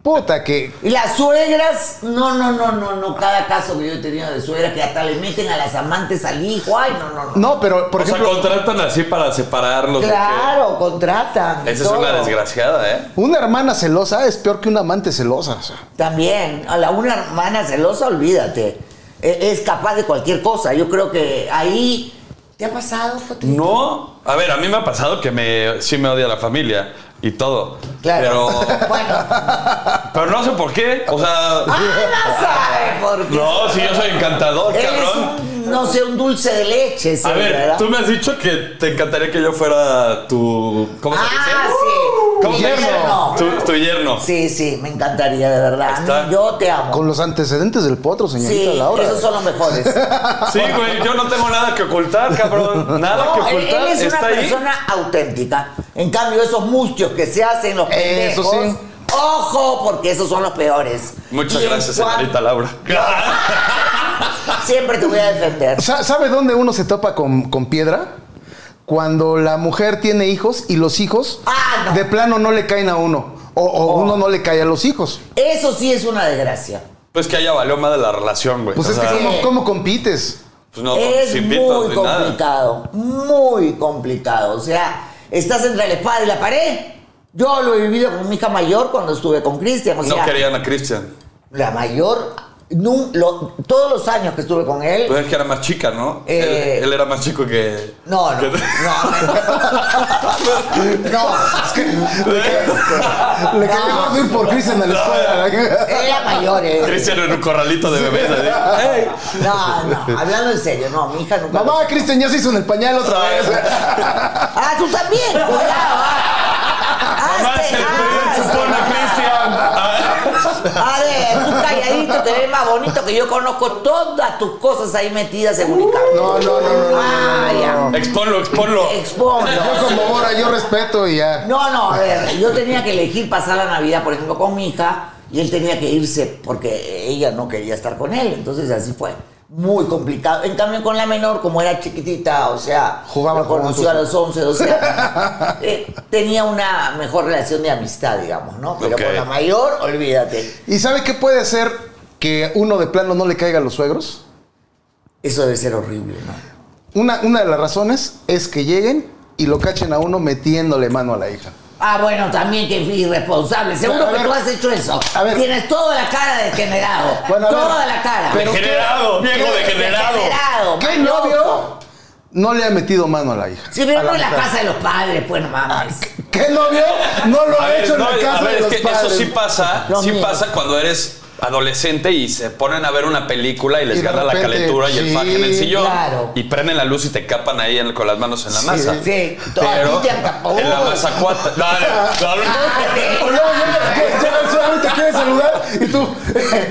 Speaker 3: Puta, que.
Speaker 1: Y las suegras, no, no, no, no, no. Cada caso que yo he tenido de suegra que hasta le meten a las amantes al hijo. Ay, no, no, no.
Speaker 3: No, pero por
Speaker 2: o sea,
Speaker 3: ejemplo.
Speaker 2: contratan así para separarlos.
Speaker 1: Claro, contratan.
Speaker 2: porque- Esa
Speaker 1: todo.
Speaker 2: es una desgraciada, ¿eh?
Speaker 3: Una hermana celosa es peor que una amante celosa. o sea.
Speaker 1: También, a la una hermana celosa, olvídate. E- Es capaz de cualquier cosa. Yo creo que ahí. ¿Te ha pasado, Joto?
Speaker 2: No, a ver, a mí me ha pasado que me, sí me odia la familia y todo.
Speaker 1: Claro.
Speaker 2: Pero,
Speaker 1: Bueno.
Speaker 2: pero no sé por qué. O sea.
Speaker 1: ¡Ah, no sabe por qué!
Speaker 2: No, si yo soy encantador,
Speaker 1: Eres
Speaker 2: cabrón.
Speaker 1: un, no sé, un dulce de leche,
Speaker 2: A
Speaker 1: señora,
Speaker 2: ver,
Speaker 1: ¿verdad?
Speaker 2: tú me has dicho que te encantaría que yo fuera tu. ¿Cómo se dice?
Speaker 1: Ah, sí.
Speaker 2: ¿Cómo se dice?
Speaker 1: Yerno.
Speaker 2: Tu, tu yerno.
Speaker 1: Sí, sí, me encantaría, de verdad.
Speaker 2: Ahí está.
Speaker 1: Yo te
Speaker 2: Ah.
Speaker 1: amo.
Speaker 3: Con los antecedentes del potro, señorita
Speaker 1: Sí,
Speaker 3: Laura.
Speaker 1: esos son los mejores.
Speaker 2: Sí, güey, yo no tengo nada que ocultar, cabrón. Nada que
Speaker 1: No, él,
Speaker 2: ocultar.
Speaker 1: él es una
Speaker 2: Está ahí.
Speaker 1: persona auténtica. En cambio, esos mustios que se hacen los
Speaker 3: Eso
Speaker 1: pendejos,
Speaker 3: sí.
Speaker 1: ojo, porque esos son los peores.
Speaker 2: Muchas
Speaker 1: Y en
Speaker 2: gracias,
Speaker 1: cuan-
Speaker 2: señorita Laura.
Speaker 1: Siempre te voy a defender.
Speaker 3: Sa- ¿Sabe dónde uno se topa con, con piedra? Cuando la mujer tiene hijos y los hijos
Speaker 1: Ah, no. Oh.
Speaker 3: de plano no le caen a uno. O, o uno no le cae a los hijos.
Speaker 1: Eso sí es una desgracia.
Speaker 2: Pues que haya valió más de la relación, güey.
Speaker 3: Pues
Speaker 2: O
Speaker 3: es que
Speaker 2: sea,
Speaker 3: ¿cómo, cómo compites?
Speaker 2: pues no,
Speaker 1: es
Speaker 2: sin
Speaker 1: muy
Speaker 2: pitos ni nada.
Speaker 1: complicado, muy complicado. O sea, estás entre la espada y la pared. Yo lo he vivido con mi hija mayor cuando estuve con Cristian. O sea,
Speaker 2: No querían a Cristian.
Speaker 1: la mayor, nun- lo- todos los años que estuve con él,
Speaker 2: Pues es que era más chica, ¿no?
Speaker 1: Eh.
Speaker 2: Él, él era más chico que.
Speaker 1: No, no, no, no. No,
Speaker 3: Es que le cae bien por Cristian a la escuela.
Speaker 1: era mayor, eh.
Speaker 2: Cristian en un corralito de bebés. así. ¡Ey!
Speaker 1: No, no, hablando en serio, no, mi hija nunca.
Speaker 3: Mamá, Cristian ya se hizo en el pañal otra vez.
Speaker 1: Ah, tú también, cuidado. ah.
Speaker 2: Mamá,
Speaker 1: Hazte,
Speaker 2: se
Speaker 1: hazte.
Speaker 2: se pone Cristian! Ah.
Speaker 1: A ver, tú calladito te ves más bonito que yo conozco todas tus cosas ahí metidas en un
Speaker 3: Uh. No, no, no, no, no,
Speaker 1: Ah, ya.
Speaker 2: Exponlo, exponlo.
Speaker 1: Exponlo.
Speaker 3: Yo como Bora, yo respeto y ya.
Speaker 1: No, no, a ver, yo tenía que elegir pasar la Navidad, por ejemplo, con mi hija, y él tenía que irse porque ella no quería estar con él, entonces así fue. Muy complicado. En cambio, con la menor, como era chiquitita, o sea,
Speaker 3: Jugaba
Speaker 1: la conoció a
Speaker 3: juntos.
Speaker 1: los 11, 12 años, eh, tenía una mejor relación de amistad, digamos, ¿no? Pero
Speaker 2: Ok.
Speaker 1: con la mayor, olvídate.
Speaker 3: ¿Y sabe qué puede hacer que uno de plano no le caiga a los suegros?
Speaker 1: Eso debe ser horrible, ¿no?
Speaker 3: Una, una de las razones es que lleguen y lo cachen a uno metiéndole mano a la hija.
Speaker 1: Ah, bueno, también que irresponsable. Seguro
Speaker 3: A
Speaker 1: que
Speaker 3: ver.
Speaker 1: tú has hecho eso.
Speaker 3: A ver.
Speaker 1: Tienes toda la cara degenerado.
Speaker 3: Bueno, a ver.
Speaker 1: toda la cara.
Speaker 3: Pero
Speaker 2: Degenerado, viejo degenerado.
Speaker 1: Degenerado,
Speaker 3: ¿Qué
Speaker 1: mañoso.
Speaker 3: novio no le ha metido mano a la Ah, hija?
Speaker 1: Sí, pero
Speaker 3: A
Speaker 1: no en la
Speaker 3: mujer.
Speaker 1: casa de los padres, pues no mames.
Speaker 3: ¿Qué novio no lo
Speaker 2: A
Speaker 3: ha
Speaker 2: ver,
Speaker 3: hecho
Speaker 2: no,
Speaker 3: en
Speaker 2: a
Speaker 3: la casa
Speaker 2: ver,
Speaker 3: de
Speaker 2: es
Speaker 3: los
Speaker 2: que
Speaker 3: padres?
Speaker 2: Eso sí pasa,
Speaker 1: Los
Speaker 2: sí
Speaker 1: míos.
Speaker 2: pasa cuando eres adolescente y se ponen a ver una película y les
Speaker 3: Y de
Speaker 2: gana la
Speaker 3: repente,
Speaker 2: calentura y el
Speaker 3: sí,
Speaker 2: faje en el sillón
Speaker 1: claro.
Speaker 2: y prenden la luz y te capan ahí en- con las manos en la masa.
Speaker 1: Sí, todo
Speaker 2: Pero
Speaker 1: a ti te acapó.
Speaker 2: en la masa cuata. Dale, dale.
Speaker 3: O luego llega- llega el suegro y te quiere saludar y tú...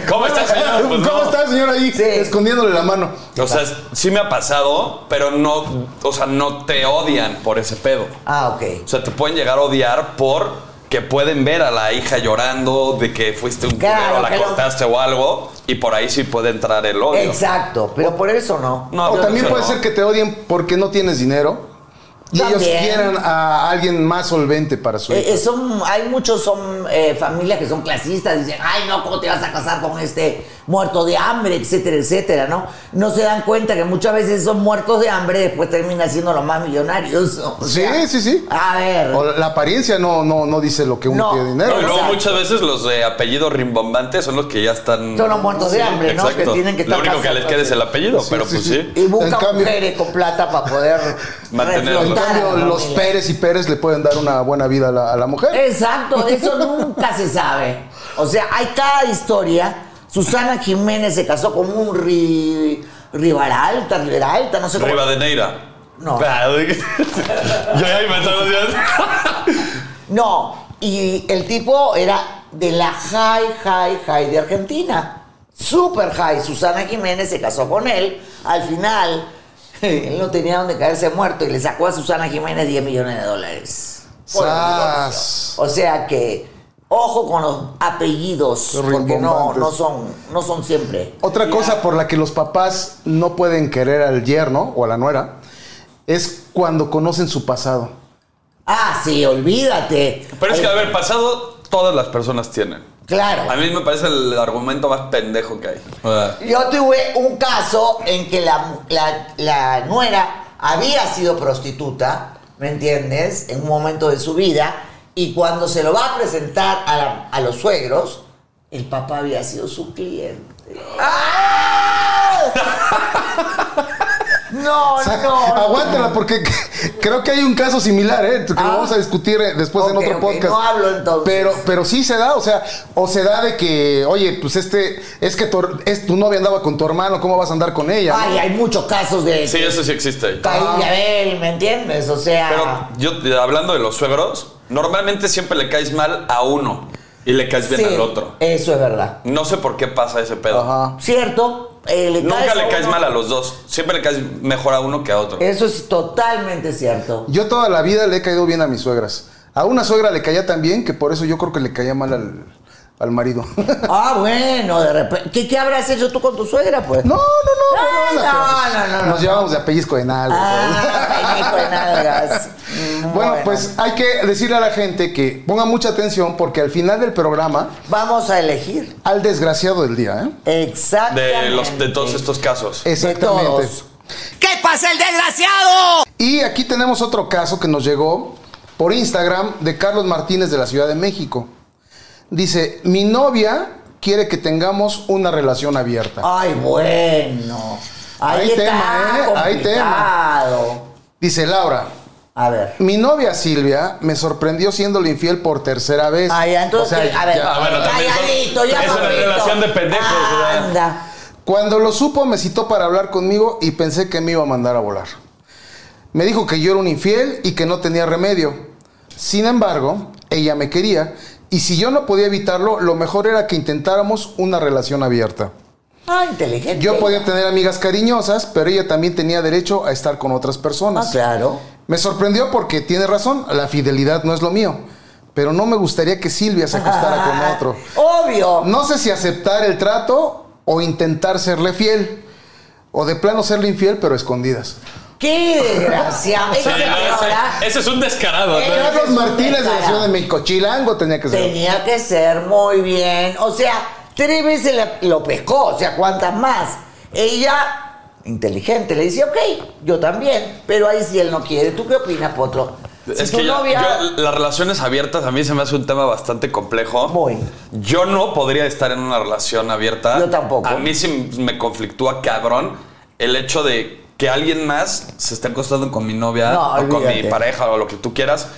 Speaker 2: ¿Cómo está, señor? Pues
Speaker 3: ¿Cómo
Speaker 2: no.
Speaker 3: está, señor? Ahí
Speaker 1: Sí.
Speaker 3: escondiéndole la mano.
Speaker 2: O sea, sí me ha pasado, pero no, o sea, no te odian por ese pedo.
Speaker 1: Ah, ok.
Speaker 2: O sea, te pueden llegar a odiar por que pueden ver a la hija llorando, de que fuiste un culero,
Speaker 1: Claro,
Speaker 2: la
Speaker 1: que lo-
Speaker 2: cortaste o algo, y por ahí sí puede entrar el odio.
Speaker 1: Exacto, pero por eso no.
Speaker 2: Ah, No,
Speaker 3: o
Speaker 2: yo
Speaker 3: también
Speaker 2: creo
Speaker 3: puede ser que te odien porque no tienes dinero. Y ellos
Speaker 1: También.
Speaker 3: quieran a alguien más solvente para su hijo.
Speaker 1: Eh, eh, son, hay muchos son eh, familias que son clasistas, dicen, ay no, ¿cómo te vas a casar con este muerto de hambre, etcétera, etcétera, ¿no? No se dan cuenta que muchas veces son muertos de hambre, después terminan siendo los más millonarios. o
Speaker 3: Sí,
Speaker 1: sea,
Speaker 3: sí, sí.
Speaker 1: A ver.
Speaker 3: O la apariencia no, no, no dice lo que uno
Speaker 1: eh, No.
Speaker 3: tiene dinero.
Speaker 2: No, y luego
Speaker 1: Exacto.
Speaker 2: muchas veces los de apellido rimbombante son los que ya están.
Speaker 1: Son los muertos de hambre, ¿no?
Speaker 2: Exacto.
Speaker 1: Que tienen que estar
Speaker 2: Lo único que les
Speaker 1: casados,
Speaker 2: queda es el apellido,
Speaker 3: Sí,
Speaker 2: pero
Speaker 3: sí,
Speaker 2: pues
Speaker 3: sí.
Speaker 2: sí.
Speaker 1: Y busca
Speaker 3: En cambio-
Speaker 1: mujeres con plata para poder
Speaker 2: Mantenerlo.
Speaker 3: En
Speaker 1: reflotar a la
Speaker 3: cambio, los
Speaker 1: familia.
Speaker 3: Pérez y Pérez le pueden dar una buena vida a la, a la mujer.
Speaker 1: Eh, Exacto, eso nunca se sabe. O sea, hay cada historia. Susana Jiménez se casó con un ri, Ribaralta, Riberalta, no sé cómo.
Speaker 2: Rivadeneira.
Speaker 1: No.
Speaker 2: Ah, Yo ya inventé los días.
Speaker 1: No, y el tipo era de la high, high, high de Argentina. Super high. Susana Jiménez se casó con él. Al final, él no tenía donde caerse muerto y le sacó a Susana Jiménez 10 millones de dólares. Por el divorcio.
Speaker 3: ¡Sas!
Speaker 1: O sea que, ojo con los apellidos,
Speaker 3: Los
Speaker 1: porque no,
Speaker 3: rimbombantes.
Speaker 1: no, son, no son siempre.
Speaker 3: Otra cosa por la que los papás no pueden querer al yerno o a la nuera es cuando conocen su pasado.
Speaker 1: Ah, sí, olvídate.
Speaker 2: Pero es que,
Speaker 1: Ay,
Speaker 2: a ver, pasado todas las personas tienen.
Speaker 1: Claro.
Speaker 2: A mí me parece el argumento más pendejo que hay. O sea,
Speaker 1: Yo tuve un caso en que la, la- la nuera había sido prostituta, ¿me entiendes? En un momento de su vida, y cuando se lo va a presentar a, la- a los suegros, el papá había sido su cliente. ¡Ah! No,
Speaker 3: O sea,
Speaker 1: no.
Speaker 3: aguántala porque creo que hay un caso similar, ¿eh? que lo
Speaker 1: Ah.
Speaker 3: vamos a discutir eh, después
Speaker 1: Ok,
Speaker 3: en otro
Speaker 1: ok,
Speaker 3: podcast.
Speaker 1: no hablo entonces.
Speaker 3: Pero, pero sí se da, o sea, o se da de que, oye, pues este, es que tu, es, tu novia andaba con tu hermano, ¿cómo vas a andar con ella?
Speaker 1: Ay, hay muchos casos de
Speaker 2: sí, eso sí existe.
Speaker 1: Caín y Abel, ¿me entiendes? O sea.
Speaker 2: Pero yo, hablando de los suegros, normalmente siempre le caes mal a uno y le caes bien
Speaker 1: sí,
Speaker 2: al otro.
Speaker 1: Eso es verdad.
Speaker 2: No sé por qué pasa ese pedo.
Speaker 3: Ajá.
Speaker 1: Cierto. eh, le
Speaker 2: Nunca
Speaker 1: caes
Speaker 2: le
Speaker 1: a
Speaker 2: caes
Speaker 1: uno. Eh,
Speaker 2: mal a los dos. Siempre le caes mejor a uno que a otro.
Speaker 1: Eso es totalmente cierto.
Speaker 3: Yo toda la vida le he caído bien a mis suegras. A una suegra le caía tan bien que por eso yo creo que le caía mal al, al marido.
Speaker 1: Ah, bueno, de repente. ¿Qué, qué habrás hecho tú con tu suegra, pues?
Speaker 3: No, no, no, no,
Speaker 1: Ay,
Speaker 3: no,
Speaker 1: no, no,
Speaker 3: pero
Speaker 1: no, no,
Speaker 3: Nos
Speaker 1: no.
Speaker 3: llevamos de apellizco de nalga.
Speaker 1: Ah, hijo de nalgas. Mm,
Speaker 3: Bueno, pues hay que decirle a la gente que ponga mucha atención porque al final del programa,
Speaker 1: Vamos a elegir.
Speaker 3: al desgraciado del día, ¿eh?
Speaker 1: Exactamente. Eh,
Speaker 2: De, los, de todos estos casos.
Speaker 3: Exactamente.
Speaker 1: todos.
Speaker 4: ¿Qué pasa el desgraciado?
Speaker 3: Y aquí tenemos otro caso que nos llegó por Instagram de Carlos Martínez de la Ciudad de México. Dice, mi novia quiere que tengamos una relación abierta.
Speaker 1: Ay, bueno. Ahí
Speaker 3: Hay
Speaker 1: está
Speaker 3: tema, ¿eh? Hay tema.
Speaker 1: complicado.
Speaker 3: Dice Laura,
Speaker 1: A ver.
Speaker 3: mi novia Silvia me sorprendió siéndole infiel por tercera vez.
Speaker 1: Ay, Ah, entonces,
Speaker 3: O sea,
Speaker 1: a ver,
Speaker 3: ya-
Speaker 2: Ah, bueno, también son-
Speaker 1: calladito, ya
Speaker 2: es una
Speaker 1: papito.
Speaker 2: relación de pendejos, ¿verdad?
Speaker 1: Anda.
Speaker 3: Cuando lo supo me citó para hablar conmigo y pensé que me iba a mandar a volar. Me dijo que yo era un infiel y que no tenía remedio. Sin embargo, ella me quería y si yo no podía evitarlo, lo mejor era que intentáramos una relación abierta.
Speaker 1: Ah, inteligente.
Speaker 3: Yo podía tener amigas cariñosas, pero ella también tenía derecho a estar con otras
Speaker 1: Ah,
Speaker 3: personas.
Speaker 1: claro.
Speaker 3: Me sorprendió porque tiene razón, la fidelidad no es lo mío, pero no me gustaría que Silvia se acostara con otro.
Speaker 1: Ah, Obvio.
Speaker 3: No sé si aceptar el trato o intentar serle fiel. O de plano serle infiel, pero escondidas.
Speaker 1: Qué desgracia. Esa
Speaker 2: Sí, no,
Speaker 1: señora
Speaker 2: ese- ese es un descarado.
Speaker 1: Eh,
Speaker 2: ¿no?
Speaker 3: Carlos Martínez de la Ciudad de México, Chilango tenía que ser.
Speaker 1: tenía que ser muy bien. O sea, tres veces la- lo pescó. O sea, ¿cuántas más? Ella, inteligente, le dice, ok, yo también. Pero ahí si él no quiere. ¿Tú qué opinas, Potro? Si
Speaker 2: Es
Speaker 1: tu
Speaker 2: que ya-
Speaker 1: novia...
Speaker 2: yo- las relaciones abiertas a mí se me hace un tema bastante complejo.
Speaker 1: Muy.
Speaker 2: Yo no podría estar en una relación abierta.
Speaker 1: Yo tampoco.
Speaker 2: A mí sí me conflictúa cabrón el hecho de que alguien más se esté acostando con mi novia
Speaker 1: No,
Speaker 2: o con mi
Speaker 1: olvídate.
Speaker 2: pareja o lo que tú quieras.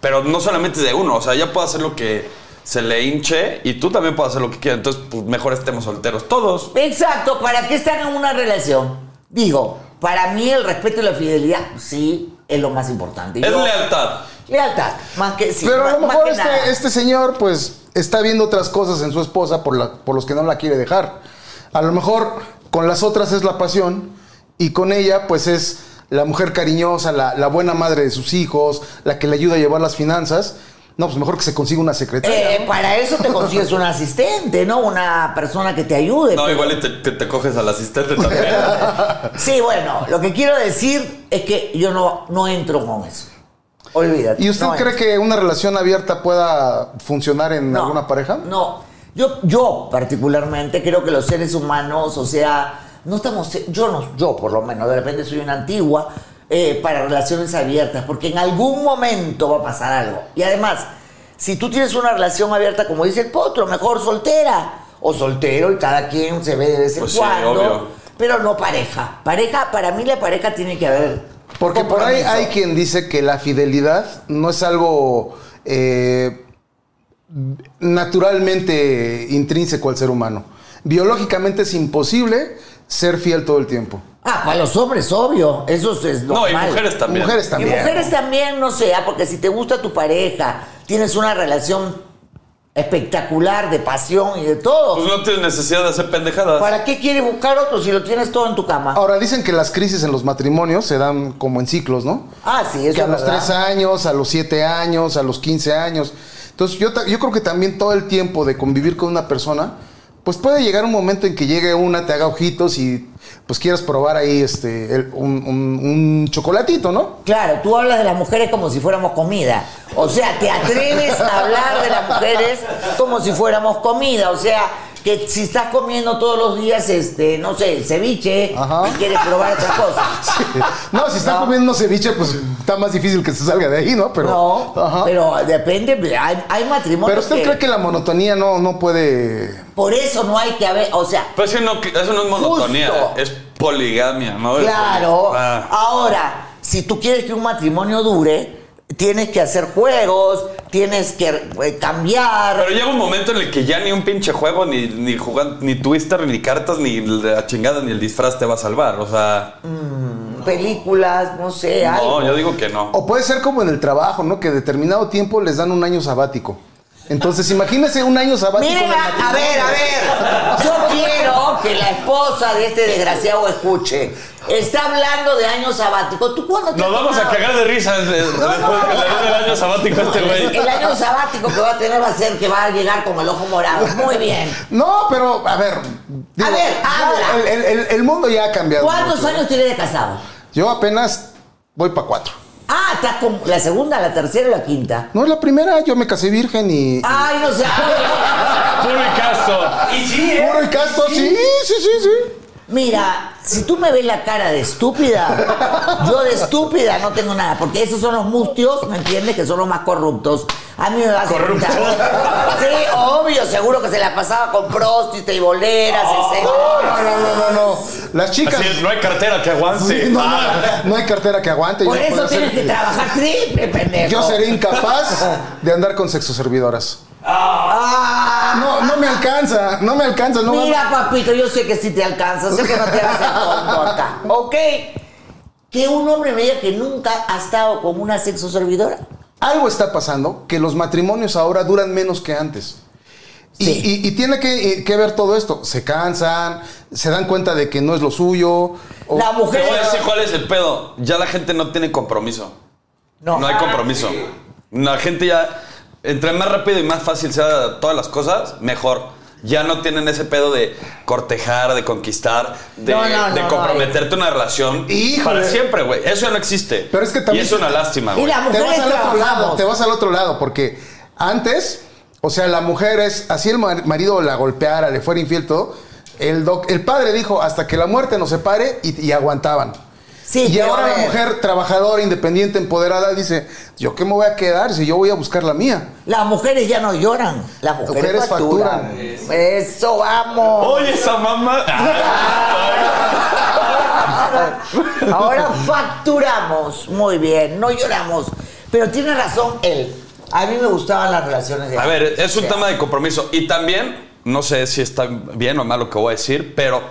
Speaker 2: Pero no solamente es de uno, o sea, ella puede hacer lo que se le hinche y tú también puedes hacer lo que quieras. Entonces, pues mejor estemos solteros todos.
Speaker 1: Exacto, ¿para qué están en una relación? Digo, para mí el respeto y la fidelidad, sí, es lo más importante.
Speaker 2: Es
Speaker 1: Yo-
Speaker 2: lealtad.
Speaker 1: Lealtad, más que sí.
Speaker 3: Pero a lo
Speaker 1: más- más
Speaker 3: mejor
Speaker 1: que nada.
Speaker 3: este, este señor, pues, está viendo otras cosas en su esposa por, la, por los que no la quiere dejar. A lo mejor con las otras es la pasión y con ella, pues, es la mujer cariñosa, la, la buena madre de sus hijos, la que le ayuda a llevar las finanzas. No, pues mejor que se consiga una secretaria.
Speaker 1: Eh, para eso te consigues un asistente, ¿no? Una persona que te ayude.
Speaker 2: No,
Speaker 1: pero-
Speaker 2: igual y te, te- te coges al asistente también.
Speaker 1: Sí, bueno, lo que quiero decir es que yo no, no entro con eso. Olvídate.
Speaker 3: ¿Y usted
Speaker 1: no
Speaker 3: cree
Speaker 1: entro.
Speaker 3: que una relación abierta pueda funcionar en
Speaker 1: No,
Speaker 3: alguna pareja?
Speaker 1: No. Yo, yo particularmente creo que los seres humanos, o sea, no estamos, yo no, yo por lo menos, de repente soy una antigua eh, para relaciones abiertas, porque en algún momento va a pasar algo. Y además, si tú tienes una relación abierta, como dice el potro, mejor soltera o soltero y cada quien se ve de vez en
Speaker 2: Pues sí,
Speaker 1: cuando,
Speaker 2: obvio.
Speaker 1: pero no pareja. Pareja, para mí la pareja tiene que haber.
Speaker 3: Porque por ahí
Speaker 1: compromiso.
Speaker 3: hay quien dice que la fidelidad no es algo eh, naturalmente intrínseco al ser humano. Biológicamente es imposible ser fiel todo el tiempo.
Speaker 1: Ah, para los hombres, obvio. Eso es
Speaker 2: No,
Speaker 1: normal.
Speaker 2: y mujeres también.
Speaker 3: Mujeres
Speaker 1: Y
Speaker 3: también.
Speaker 1: mujeres también, no sea, porque si te gusta tu pareja, tienes una relación espectacular de pasión y de
Speaker 2: Pues
Speaker 1: todo.
Speaker 2: no tienes necesidad de hacer pendejadas.
Speaker 1: ¿Para qué quieres buscar otro si lo tienes todo en tu cama?
Speaker 3: pues- Ahora dicen que las crisis en los matrimonios se dan como en ciclos, ¿no?
Speaker 1: Ah, sí,
Speaker 3: que
Speaker 1: eso
Speaker 3: a
Speaker 1: es
Speaker 3: los
Speaker 1: verdad.
Speaker 3: tres años, a los siete años, a los 15 años. Entonces yo, ta- yo creo que también todo el tiempo de convivir con una persona, pues puede llegar un momento en que llegue una, te haga ojitos y pues quieras probar ahí este, el- un, un- un chocolatito, ¿no?
Speaker 1: Claro, tú hablas de las mujeres como si fuéramos comida. O sea, te atreves a hablar de las mujeres como si fuéramos comida. O sea, que si estás comiendo todos los días, este, no sé, ceviche
Speaker 3: Ajá.
Speaker 1: y quieres probar otra cosa.
Speaker 3: No, si estás
Speaker 1: No.
Speaker 3: comiendo ceviche, pues está más difícil que se salga de ahí, ¿no? Pero,
Speaker 1: no,
Speaker 3: ajá. pero,
Speaker 1: pero depende, hay, hay matrimonios
Speaker 3: usted cree que la monotonía no, no puede...
Speaker 1: por eso no hay que haber, o sea,
Speaker 2: Pero es que no, eso no es monotonía,
Speaker 1: Justo.
Speaker 2: es poligamia, ¿no?
Speaker 1: Claro.
Speaker 2: Ah.
Speaker 1: Ahora, si tú quieres que un matrimonio dure, tienes que hacer juegos, tienes que eh, cambiar.
Speaker 2: Pero llega un momento en el que ya ni un pinche juego, ni, ni jugar, ni twister, ni cartas, ni la chingada, ni el disfraz te va a salvar. O sea,
Speaker 1: películas, no sé, algo.
Speaker 2: no, yo digo que no.
Speaker 3: O puede ser como en el trabajo, ¿no? Que determinado tiempo les dan un año sabático. Entonces, imagínese un año sabático. en el
Speaker 1: Mira, a
Speaker 3: matrimonio.
Speaker 1: ver, a ver. Yo quiero que la esposa de este desgraciado escuche. Está hablando de años sabáticos. ¿Tú cuándo te
Speaker 2: Nos
Speaker 1: has
Speaker 2: vamos a
Speaker 1: tomado?
Speaker 2: cagar de risa de- después que le den el año sabático a este güey.
Speaker 1: El año sabático que va a tener va a ser que va a llegar con el ojo morado. Muy bien.
Speaker 3: No, pero, a ver. digo,
Speaker 1: ver,
Speaker 3: ya
Speaker 1: habla.
Speaker 3: El, el- el- el mundo ya ha cambiado.
Speaker 1: ¿Cuántos
Speaker 3: mucho.
Speaker 1: años tienes de casado?
Speaker 3: Yo apenas voy para cuatro.
Speaker 1: Ah, estás con la segunda, la tercera y la quinta.
Speaker 3: No, la primera, yo me casé virgen y.
Speaker 1: Ay, no sé.
Speaker 2: Puro y casto.
Speaker 5: Y sí, ¿eh?
Speaker 3: Puro y casto, sí, sí, sí, sí.
Speaker 1: Mira, si tú me ves la cara de estúpida, yo de estúpida no tengo nada, porque esos son los mustios, ¿me entiendes? Que son los más corruptos. A mí me vas a
Speaker 2: Corruptos.
Speaker 1: contar. Sí, obvio, seguro que se la pasaba con próstita y boleras, etcétera.
Speaker 3: Oh. No, no, no, no, no. Las chicas.
Speaker 2: Así es, no hay cartera que aguante.
Speaker 3: Sí, no, no,
Speaker 2: Ah.
Speaker 3: no hay cartera que aguante.
Speaker 1: Por
Speaker 3: yo
Speaker 1: eso
Speaker 3: puedo
Speaker 1: tienes
Speaker 3: ser-
Speaker 1: que trabajar triple, pendejo.
Speaker 3: Yo seré incapaz de andar con sexoservidoras.
Speaker 1: Ah,
Speaker 3: No, no me alcanza, no me alcanza, no.
Speaker 1: Mira, papito, yo sé que sí te alcanza, sé que no te vas a tonto acá, ¿ok? Que un hombre me diga que nunca ha estado con una sexo servidora.
Speaker 3: Algo está pasando que los matrimonios ahora duran menos que antes. Y,
Speaker 1: Sí.
Speaker 3: y- y tiene que, eh, que ver todo esto. Se cansan, se dan cuenta de que no es lo suyo. o-
Speaker 1: La
Speaker 2: Oh, Te
Speaker 1: mujer.
Speaker 2: voy a decir cuál es el pedo. Ya la gente no tiene compromiso. No,
Speaker 3: Ah,
Speaker 2: hay compromiso. La gente ya, entre más rápido y más fácil sea todas las cosas, mejor. Ya no tienen ese pedo de cortejar, de conquistar, de,
Speaker 1: No, no, no,
Speaker 2: de
Speaker 1: no,
Speaker 2: comprometerte una relación
Speaker 3: Híjole.
Speaker 2: para siempre, güey. Eso ya no existe.
Speaker 3: Pero es que también-
Speaker 2: y es una lástima,
Speaker 1: Y
Speaker 2: güey.
Speaker 1: la
Speaker 3: te
Speaker 1: mujer
Speaker 3: vas al otro lado,
Speaker 1: trabajamos.
Speaker 3: te vas al otro lado, porque antes, o sea, la mujer es, así el mar- marido la golpeara, le fuera infiel todo, el, doc- el padre dijo, hasta que la muerte nos separe y, y aguantaban.
Speaker 1: Sí,
Speaker 3: y
Speaker 1: pero
Speaker 3: ahora
Speaker 1: a
Speaker 3: la
Speaker 1: ver,
Speaker 3: mujer trabajadora, independiente, empoderada, dice, ¿yo qué me voy a quedar si yo voy a buscar la mía?
Speaker 1: Las mujeres ya no lloran, las mujeres,
Speaker 3: Mujeres
Speaker 1: facturan.
Speaker 3: facturan.
Speaker 1: Eso, vamos.
Speaker 2: Oye, esa mamá.
Speaker 1: Ahora facturamos. Muy bien, no lloramos. Pero tiene razón él. A mí me gustaban las relaciones de
Speaker 2: A ver, es un
Speaker 1: O sea,
Speaker 2: tema de compromiso. Y también, no sé si está bien o mal lo que voy a decir, pero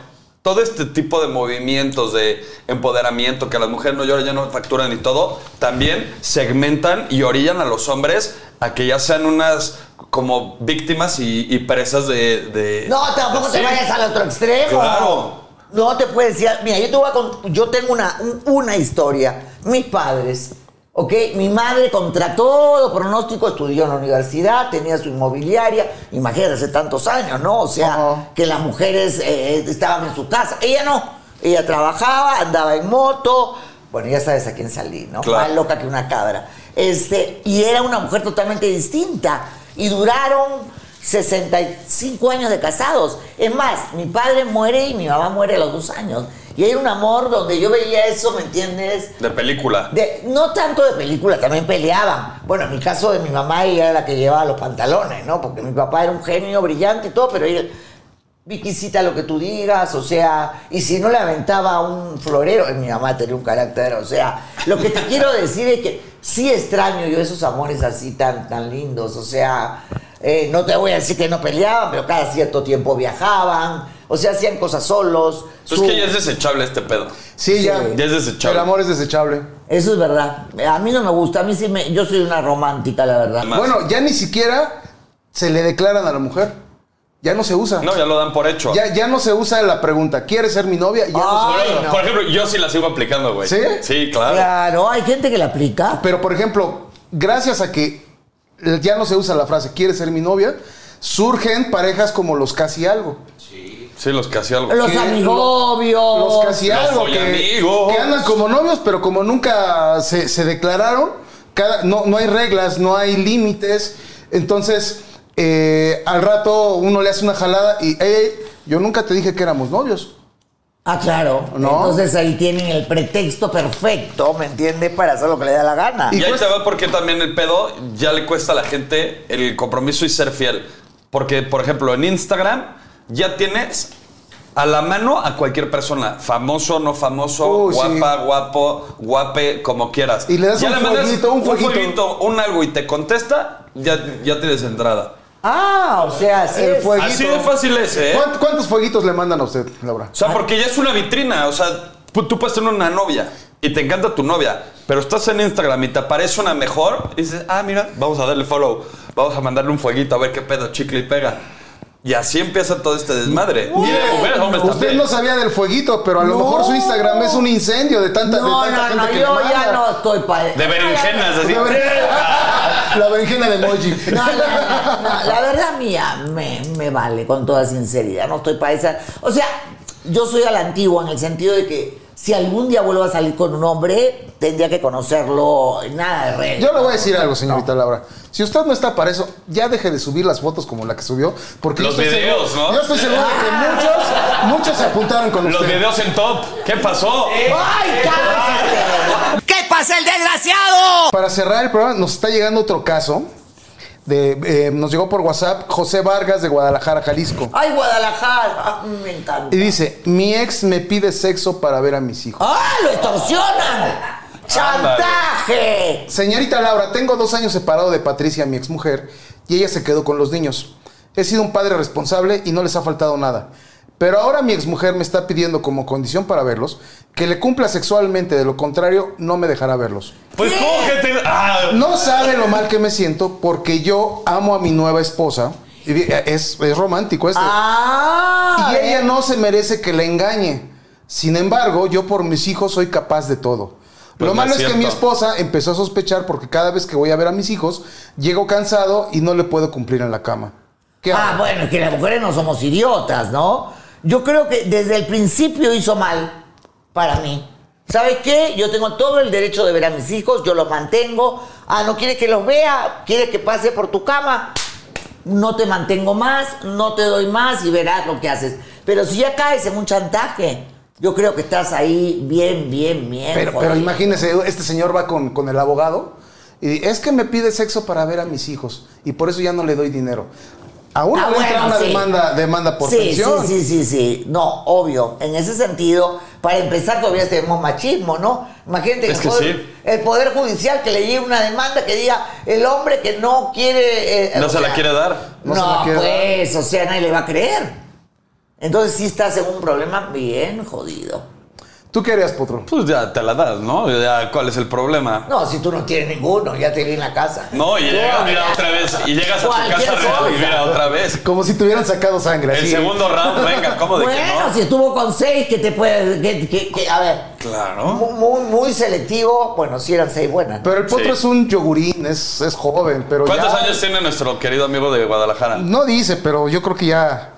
Speaker 2: todo este tipo de movimientos de empoderamiento, que las mujeres no lloran, ya no facturan y todo, también segmentan y orillan a los hombres a que ya sean unas como víctimas y, y presas de... de-
Speaker 1: No, tampoco
Speaker 2: Sí.
Speaker 1: te vayas al otro extremo.
Speaker 2: este, Claro.
Speaker 1: No te puedes decir. Mira, yo te voy a con- Yo tengo una, un- una historia. Mis padres, ¿Ok? Mi madre, contra todo pronóstico, estudió en la universidad, tenía su inmobiliaria. Imagínate, hace tantos años, ¿no? O sea,
Speaker 3: Ajá.
Speaker 1: que las mujeres eh, estaban en su casa. Ella no. Ella trabajaba, andaba en moto. Bueno, ya sabes a quién salí, ¿no?
Speaker 2: Claro.
Speaker 1: Más loca que una cabra. Este, y era una mujer totalmente distinta. Y duraron 65 años de casados. Es más, mi padre muere y mi mamá muere a los dos años. Y hay un amor donde yo veía eso, ¿me entiendes?
Speaker 2: De película.
Speaker 1: De- no tanto de película, también peleaban. Bueno, en mi caso de mi mamá, ella era la que llevaba los pantalones, ¿no? Porque mi papá era un genio brillante y todo, pero él, Viquisita, lo que tú digas, o sea, y si no le aventaba un florero, eh, mi mamá tenía un carácter, o sea, lo que te quiero decir es que sí extraño yo esos amores así tan, tan lindos, o sea, eh, no te voy a decir que no peleaban, pero cada cierto tiempo viajaban, o sea, hacían cosas solos.
Speaker 2: Pues
Speaker 1: su-
Speaker 2: es que ya es desechable este pedo.
Speaker 3: Sí, ya.
Speaker 2: Ya es desechable.
Speaker 3: El amor es desechable.
Speaker 1: Eso es verdad. A mí no me gusta. A mí sí me. Yo soy una romántica, la verdad.
Speaker 2: Además,
Speaker 3: Bueno, ya ni siquiera se le declaran a la mujer. Ya no se usa.
Speaker 2: no, ya lo dan por hecho.
Speaker 3: Ya, ya no se usa la pregunta, ¿quieres ser mi novia? Ya no se
Speaker 1: Ay,
Speaker 3: usa.
Speaker 1: no.
Speaker 2: Por ejemplo, yo sí la sigo aplicando, güey.
Speaker 3: ¿Sí?
Speaker 2: Sí, claro.
Speaker 1: Claro, hay gente que la aplica.
Speaker 3: Pero, por ejemplo, gracias a que ya no se usa la frase, ¿quieres ser mi novia? Surgen parejas como los casi algo.
Speaker 2: Sí, los casi algo.
Speaker 1: Los
Speaker 3: que-
Speaker 1: amigobios.
Speaker 3: Los casi
Speaker 2: No
Speaker 3: algo
Speaker 2: soy
Speaker 3: que,
Speaker 2: amigo.
Speaker 3: que andan como novios, pero como nunca se, se declararon, cada, no, no hay reglas, no hay límites. Entonces, eh, al rato uno le hace una jalada y, "Ey, yo nunca te dije que éramos novios.
Speaker 1: Ah, claro.
Speaker 3: No.
Speaker 1: Entonces ahí tienen el pretexto perfecto, ¿me entiendes? Para hacer lo que le da la gana.
Speaker 2: Y,
Speaker 3: Y pues
Speaker 2: ahí
Speaker 3: cuesta-
Speaker 2: te va porque también el pedo ya le cuesta a la gente el compromiso y ser fiel. Porque, por ejemplo, en Instagram ya tienes a la mano a cualquier persona, famoso, no famoso,
Speaker 3: Uh, sí.
Speaker 2: guapa, guapo, guape, como quieras.
Speaker 3: Y le das
Speaker 2: Ya
Speaker 3: un
Speaker 2: mandas
Speaker 3: fueguito, un fueguito.
Speaker 2: fueguito, un algo y te contesta, ya, ya tienes entrada.
Speaker 1: Ah, o sea, así
Speaker 3: El
Speaker 1: es.
Speaker 3: fuego. Fueguito.
Speaker 2: Así de fácil es, ¿eh?
Speaker 3: ¿Cuánt- ¿Cuántos fueguitos le mandan a usted, Laura?
Speaker 2: O sea, porque ya es una vitrina. O sea, pu- tú puedes tener una novia y te encanta tu novia, pero estás en Instagram y te aparece una mejor y dices, ah, mira, vamos a darle follow, vamos a mandarle un fueguito a ver qué pedo, chicle y pega. Y así empieza todo este desmadre. Y de mujeres, hombres
Speaker 3: Usted
Speaker 2: también.
Speaker 3: no sabía del fueguito, pero a
Speaker 1: No.
Speaker 3: lo mejor su Instagram es un incendio de tanta, de
Speaker 1: No,
Speaker 3: tanta
Speaker 1: no,
Speaker 3: gente
Speaker 1: no,
Speaker 3: que le
Speaker 1: yo
Speaker 3: manda.
Speaker 1: ya no estoy Ah, para.
Speaker 2: De berenjenas, así.
Speaker 3: La berenjena- La berenjena de emoji.
Speaker 1: No, no, no, no, la verdad mía me, me vale con toda sinceridad. No estoy para esa. O sea, yo soy a la antigua en el sentido de que si algún día vuelvo a salir con un hombre, tendría que conocerlo nada de redes.
Speaker 3: Yo le voy a decir algo, señorita Laura. Si usted no está para eso, ya deje de subir las fotos como la que subió. Porque
Speaker 2: Los
Speaker 3: yo estoy
Speaker 2: videos,
Speaker 3: seguro-
Speaker 2: ¿no?
Speaker 3: Yo estoy seguro de que muchos, muchos se apuntaron con
Speaker 2: Los
Speaker 3: usted.
Speaker 2: videos en top. ¿Qué pasó?
Speaker 1: ¡Ay, cállate!
Speaker 4: ¿Qué pasa el desgraciado?
Speaker 3: Para cerrar el programa, nos está llegando otro caso. De, eh, nos llegó por WhatsApp José Vargas de Guadalajara, Jalisco.
Speaker 1: ¡Ay, Guadalajara! Ah, me encanta.
Speaker 3: Y dice, mi ex me pide sexo para ver a mis hijos.
Speaker 1: ¡Ah, lo extorsionan! ¡Chantaje!
Speaker 3: Señorita Laura, tengo dos años separado de Patricia, mi exmujer, y ella se quedó con los niños. He sido un padre responsable y no les ha faltado nada. Pero ahora mi exmujer me está pidiendo como condición para verlos que le cumpla sexualmente, de lo contrario no me dejará verlos.
Speaker 2: Pues
Speaker 1: Sí.
Speaker 2: cógete. Ah,
Speaker 3: No sabe lo mal que me siento porque yo amo a mi nueva esposa. Y vi- Es, es romántico esto.
Speaker 1: ¡Ah!
Speaker 3: Y ella no se merece que la engañe. Sin embargo, yo por mis hijos soy capaz de todo.
Speaker 2: Pues
Speaker 3: Lo
Speaker 2: no
Speaker 3: malo
Speaker 2: es
Speaker 3: es que
Speaker 2: cierto.
Speaker 3: mi esposa empezó a sospechar porque cada vez que voy a ver a mis hijos, llego cansado y no le puedo cumplir en la cama. ¿Qué
Speaker 1: Ah,
Speaker 3: hago?
Speaker 1: bueno, es que las mujeres no somos idiotas, ¿no? Yo creo que desde el principio hizo mal para mí. ¿Sabes qué? Yo tengo todo el derecho de ver a mis hijos, yo los mantengo. Ah, ¿no quieres que los vea? ¿Quieres que pase por tu cama? No te mantengo más, no te doy más y verás lo que haces. Pero si ya caes en un chantaje, yo creo que estás ahí bien, bien, bien.
Speaker 3: Pero, pero
Speaker 1: jodido.
Speaker 3: imagínese, este señor va con, con el abogado y es que me pide sexo para ver a mis hijos y por eso ya no le doy dinero. A uno
Speaker 1: Ah,
Speaker 3: le entra
Speaker 1: bueno,
Speaker 3: una
Speaker 1: sí.
Speaker 3: demanda, demanda por
Speaker 1: sí,
Speaker 3: pensión.
Speaker 1: Sí, sí, sí, sí. No, obvio. En ese sentido, para empezar todavía tenemos machismo, ¿no? Imagínate
Speaker 2: Es
Speaker 1: el,
Speaker 2: que
Speaker 1: poder,
Speaker 2: sí.
Speaker 1: el Poder Judicial que le lleve una demanda que diga el hombre que no quiere... eh,
Speaker 2: no
Speaker 1: o
Speaker 2: se la
Speaker 1: sea,
Speaker 2: quiere dar.
Speaker 3: No
Speaker 1: No,
Speaker 3: se la quiere
Speaker 1: pues, o sea, nadie le va a creer. Entonces sí estás en un problema bien jodido.
Speaker 3: ¿Tú qué harías, Potro?
Speaker 2: Pues ya te la das, ¿no? Ya, ¿cuál es el problema?
Speaker 1: No, si tú no tienes ninguno, ya te vi en la casa.
Speaker 2: No, y llegas, mira, otra vez. Y llegas a tu
Speaker 1: Cualquier
Speaker 2: casa
Speaker 1: cosa.
Speaker 2: real y mira, otra vez.
Speaker 3: Como si te hubieran sacado sangre.
Speaker 2: El
Speaker 3: así.
Speaker 2: segundo round, venga, ¿cómo de que
Speaker 1: Bueno,
Speaker 2: no?
Speaker 1: si estuvo con seis, que te puede. que- que- que- a ver,
Speaker 2: Claro.
Speaker 1: mu- muy, muy selectivo. Bueno, si eran seis buenas. ¿no?
Speaker 3: Pero el Potro
Speaker 2: Sí.
Speaker 3: es un yogurín, es, es joven, pero
Speaker 2: ¿Cuántos
Speaker 3: ya-
Speaker 2: años tiene nuestro querido amigo de Guadalajara?
Speaker 3: No dice, pero yo creo que ya...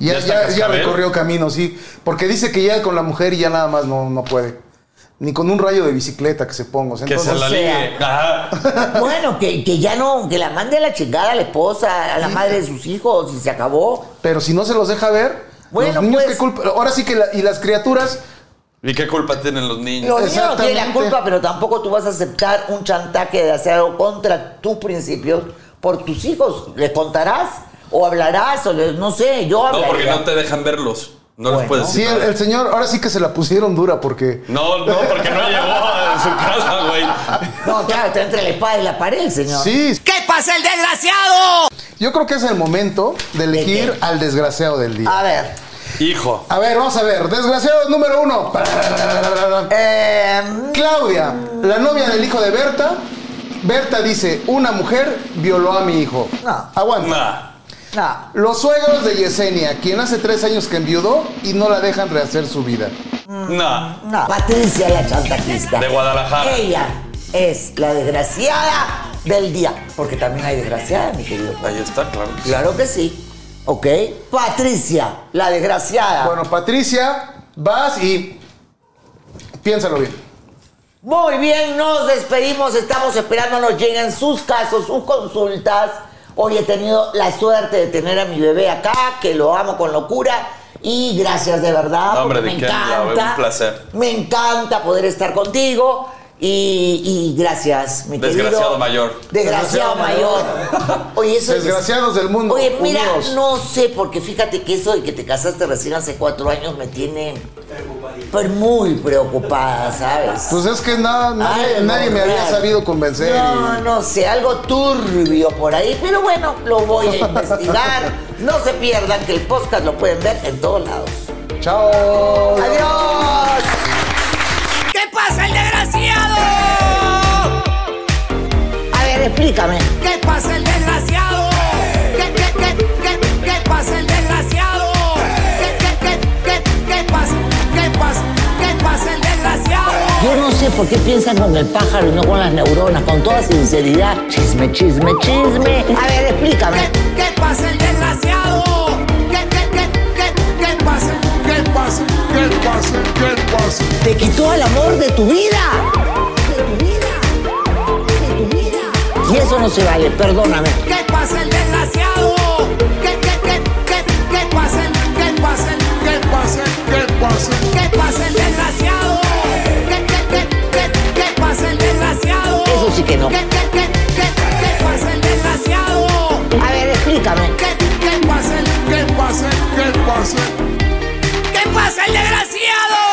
Speaker 3: Ya,
Speaker 2: ¿Ya está
Speaker 3: ya- ya
Speaker 2: cascabel?
Speaker 3: recorrió camino, sí. Porque dice que ya con la mujer y ya nada más no, no puede. Ni con un rayo de bicicleta que se ponga. o sea,
Speaker 2: Que se
Speaker 3: entonces-
Speaker 2: la
Speaker 1: sea.
Speaker 2: ligue. Ajá.
Speaker 1: Bueno, que, que ya no, que la mande a la chingada a la esposa, a la madre de sus hijos y se acabó.
Speaker 3: Pero si no se los deja ver,
Speaker 1: Bueno,
Speaker 3: los niños
Speaker 1: pues.
Speaker 3: qué culpa. Ahora sí que la- y las criaturas,
Speaker 2: ¿Y qué culpa tienen los niños?
Speaker 1: Los niños no tienen la
Speaker 3: Exactamente.
Speaker 1: culpa, pero tampoco tú vas a aceptar un chantaje de hacer algo contra tus principios por tus hijos. ¿Les contarás? ¿O hablarás? o les- no sé, yo
Speaker 2: No,
Speaker 1: hablaría.
Speaker 2: porque no te dejan verlos. No los
Speaker 1: Bueno.
Speaker 2: puedes
Speaker 3: sí,
Speaker 2: decir.
Speaker 3: el,
Speaker 2: nada.
Speaker 3: el señor, ahora sí que se la pusieron dura porque
Speaker 2: No, no, porque no llegó a su casa, güey.
Speaker 1: No, claro, está entre la espada y la pared, el señor.
Speaker 3: sí,
Speaker 4: ¿Qué pasa el desgraciado?
Speaker 3: yo creo que es el momento de elegir
Speaker 1: ¿De qué?
Speaker 3: al desgraciado del día.
Speaker 1: A ver,
Speaker 2: Hijo.
Speaker 3: A ver, vamos a ver, desgraciado número uno.
Speaker 1: eh,
Speaker 3: Claudia, la novia del hijo de Berta. Berta dice, una mujer violó a mi hijo.
Speaker 1: No.
Speaker 3: Aguanta.
Speaker 2: Nah.
Speaker 1: no,
Speaker 3: Los suegros de Yesenia, quien hace tres años que enviudó y no la dejan rehacer su vida.
Speaker 2: Nah.
Speaker 1: no. Patricia la chantajista.
Speaker 2: De Guadalajara.
Speaker 1: Ella es la desgraciada del día. Porque también hay desgraciada, mi querido.
Speaker 2: Ahí está, claro.
Speaker 1: Claro que sí. ¿Ok? Patricia, la desgraciada.
Speaker 3: Bueno, Patricia, vas y piénsalo bien.
Speaker 1: Muy bien, nos despedimos. Estamos esperando nos lleguen sus casos, sus consultas. Hoy he tenido la suerte de tener a mi bebé acá, que lo amo con locura. Y gracias de verdad.
Speaker 2: No, hombre,
Speaker 1: porque
Speaker 2: ¿de
Speaker 1: me
Speaker 2: qué,
Speaker 1: encanta.
Speaker 2: Laura? Un placer.
Speaker 1: Me encanta poder estar contigo. Y, y gracias, mi querido.
Speaker 2: Desgraciado mayor.
Speaker 1: Desgraciado
Speaker 3: Desgraciado
Speaker 1: mayor. Oye, eso es-
Speaker 3: Desgraciados del mundo.
Speaker 1: Oye, mira,
Speaker 3: unidos.
Speaker 1: no sé, porque fíjate que eso de que te casaste recién hace cuatro años me tiene pues, muy preocupada, ¿sabes?
Speaker 3: Pues es que nada, nadie,
Speaker 1: Algo
Speaker 3: nadie me había
Speaker 1: raro.
Speaker 3: sabido convencer.
Speaker 1: No,
Speaker 3: y-
Speaker 1: no sé, algo turbio por ahí, pero bueno, lo voy a investigar. No se pierdan que el podcast lo pueden ver en todos lados.
Speaker 3: Chao.
Speaker 1: ¡Adiós!
Speaker 4: ¿Qué pasa el desgraciado?
Speaker 1: A ver, explícame.
Speaker 4: ¿Qué pasa el desgraciado? ¿Qué, qué, qué, qué, qué pasa el desgraciado? ¿Qué, qué, qué, qué, qué pasa? ¿Qué pasa? ¿Qué pasa el desgraciado?
Speaker 1: Yo no sé por qué piensan con el pájaro y no con las neuronas, con toda sinceridad. Chisme, chisme, chisme. A ver, explícame.
Speaker 4: ¿Qué, qué pasa el desgraciado? ¿Qué, qué, qué, qué, qué pasa? ¿Qué pasa? ¿Qué pasa? ¿Qué pasa?
Speaker 1: Te quitó el amor de tu vida.
Speaker 4: De tu vida, de tu vida.
Speaker 1: Y eso no se vale, perdóname.
Speaker 4: ¿Qué pasa el desgraciado? ¿Qué, qué, qué, qué, qué pasa? el- ¿Qué pasa? el- ¿Qué pasa? el- ¿Qué pasa? el- ¿Qué pasa el desgraciado? ¿Qué, qué, qué, qué, qué pasa el desgraciado?
Speaker 1: Eso sí que no.
Speaker 4: ¿Qué, qué, qué, qué, qué pasa el desgraciado?
Speaker 1: A ver, explícame.
Speaker 4: ¿Qué, qué pasa? el- ¿Qué pasa? el- ¿Qué pasa? el- ¿Qué pasa el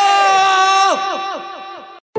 Speaker 4: desgraciado?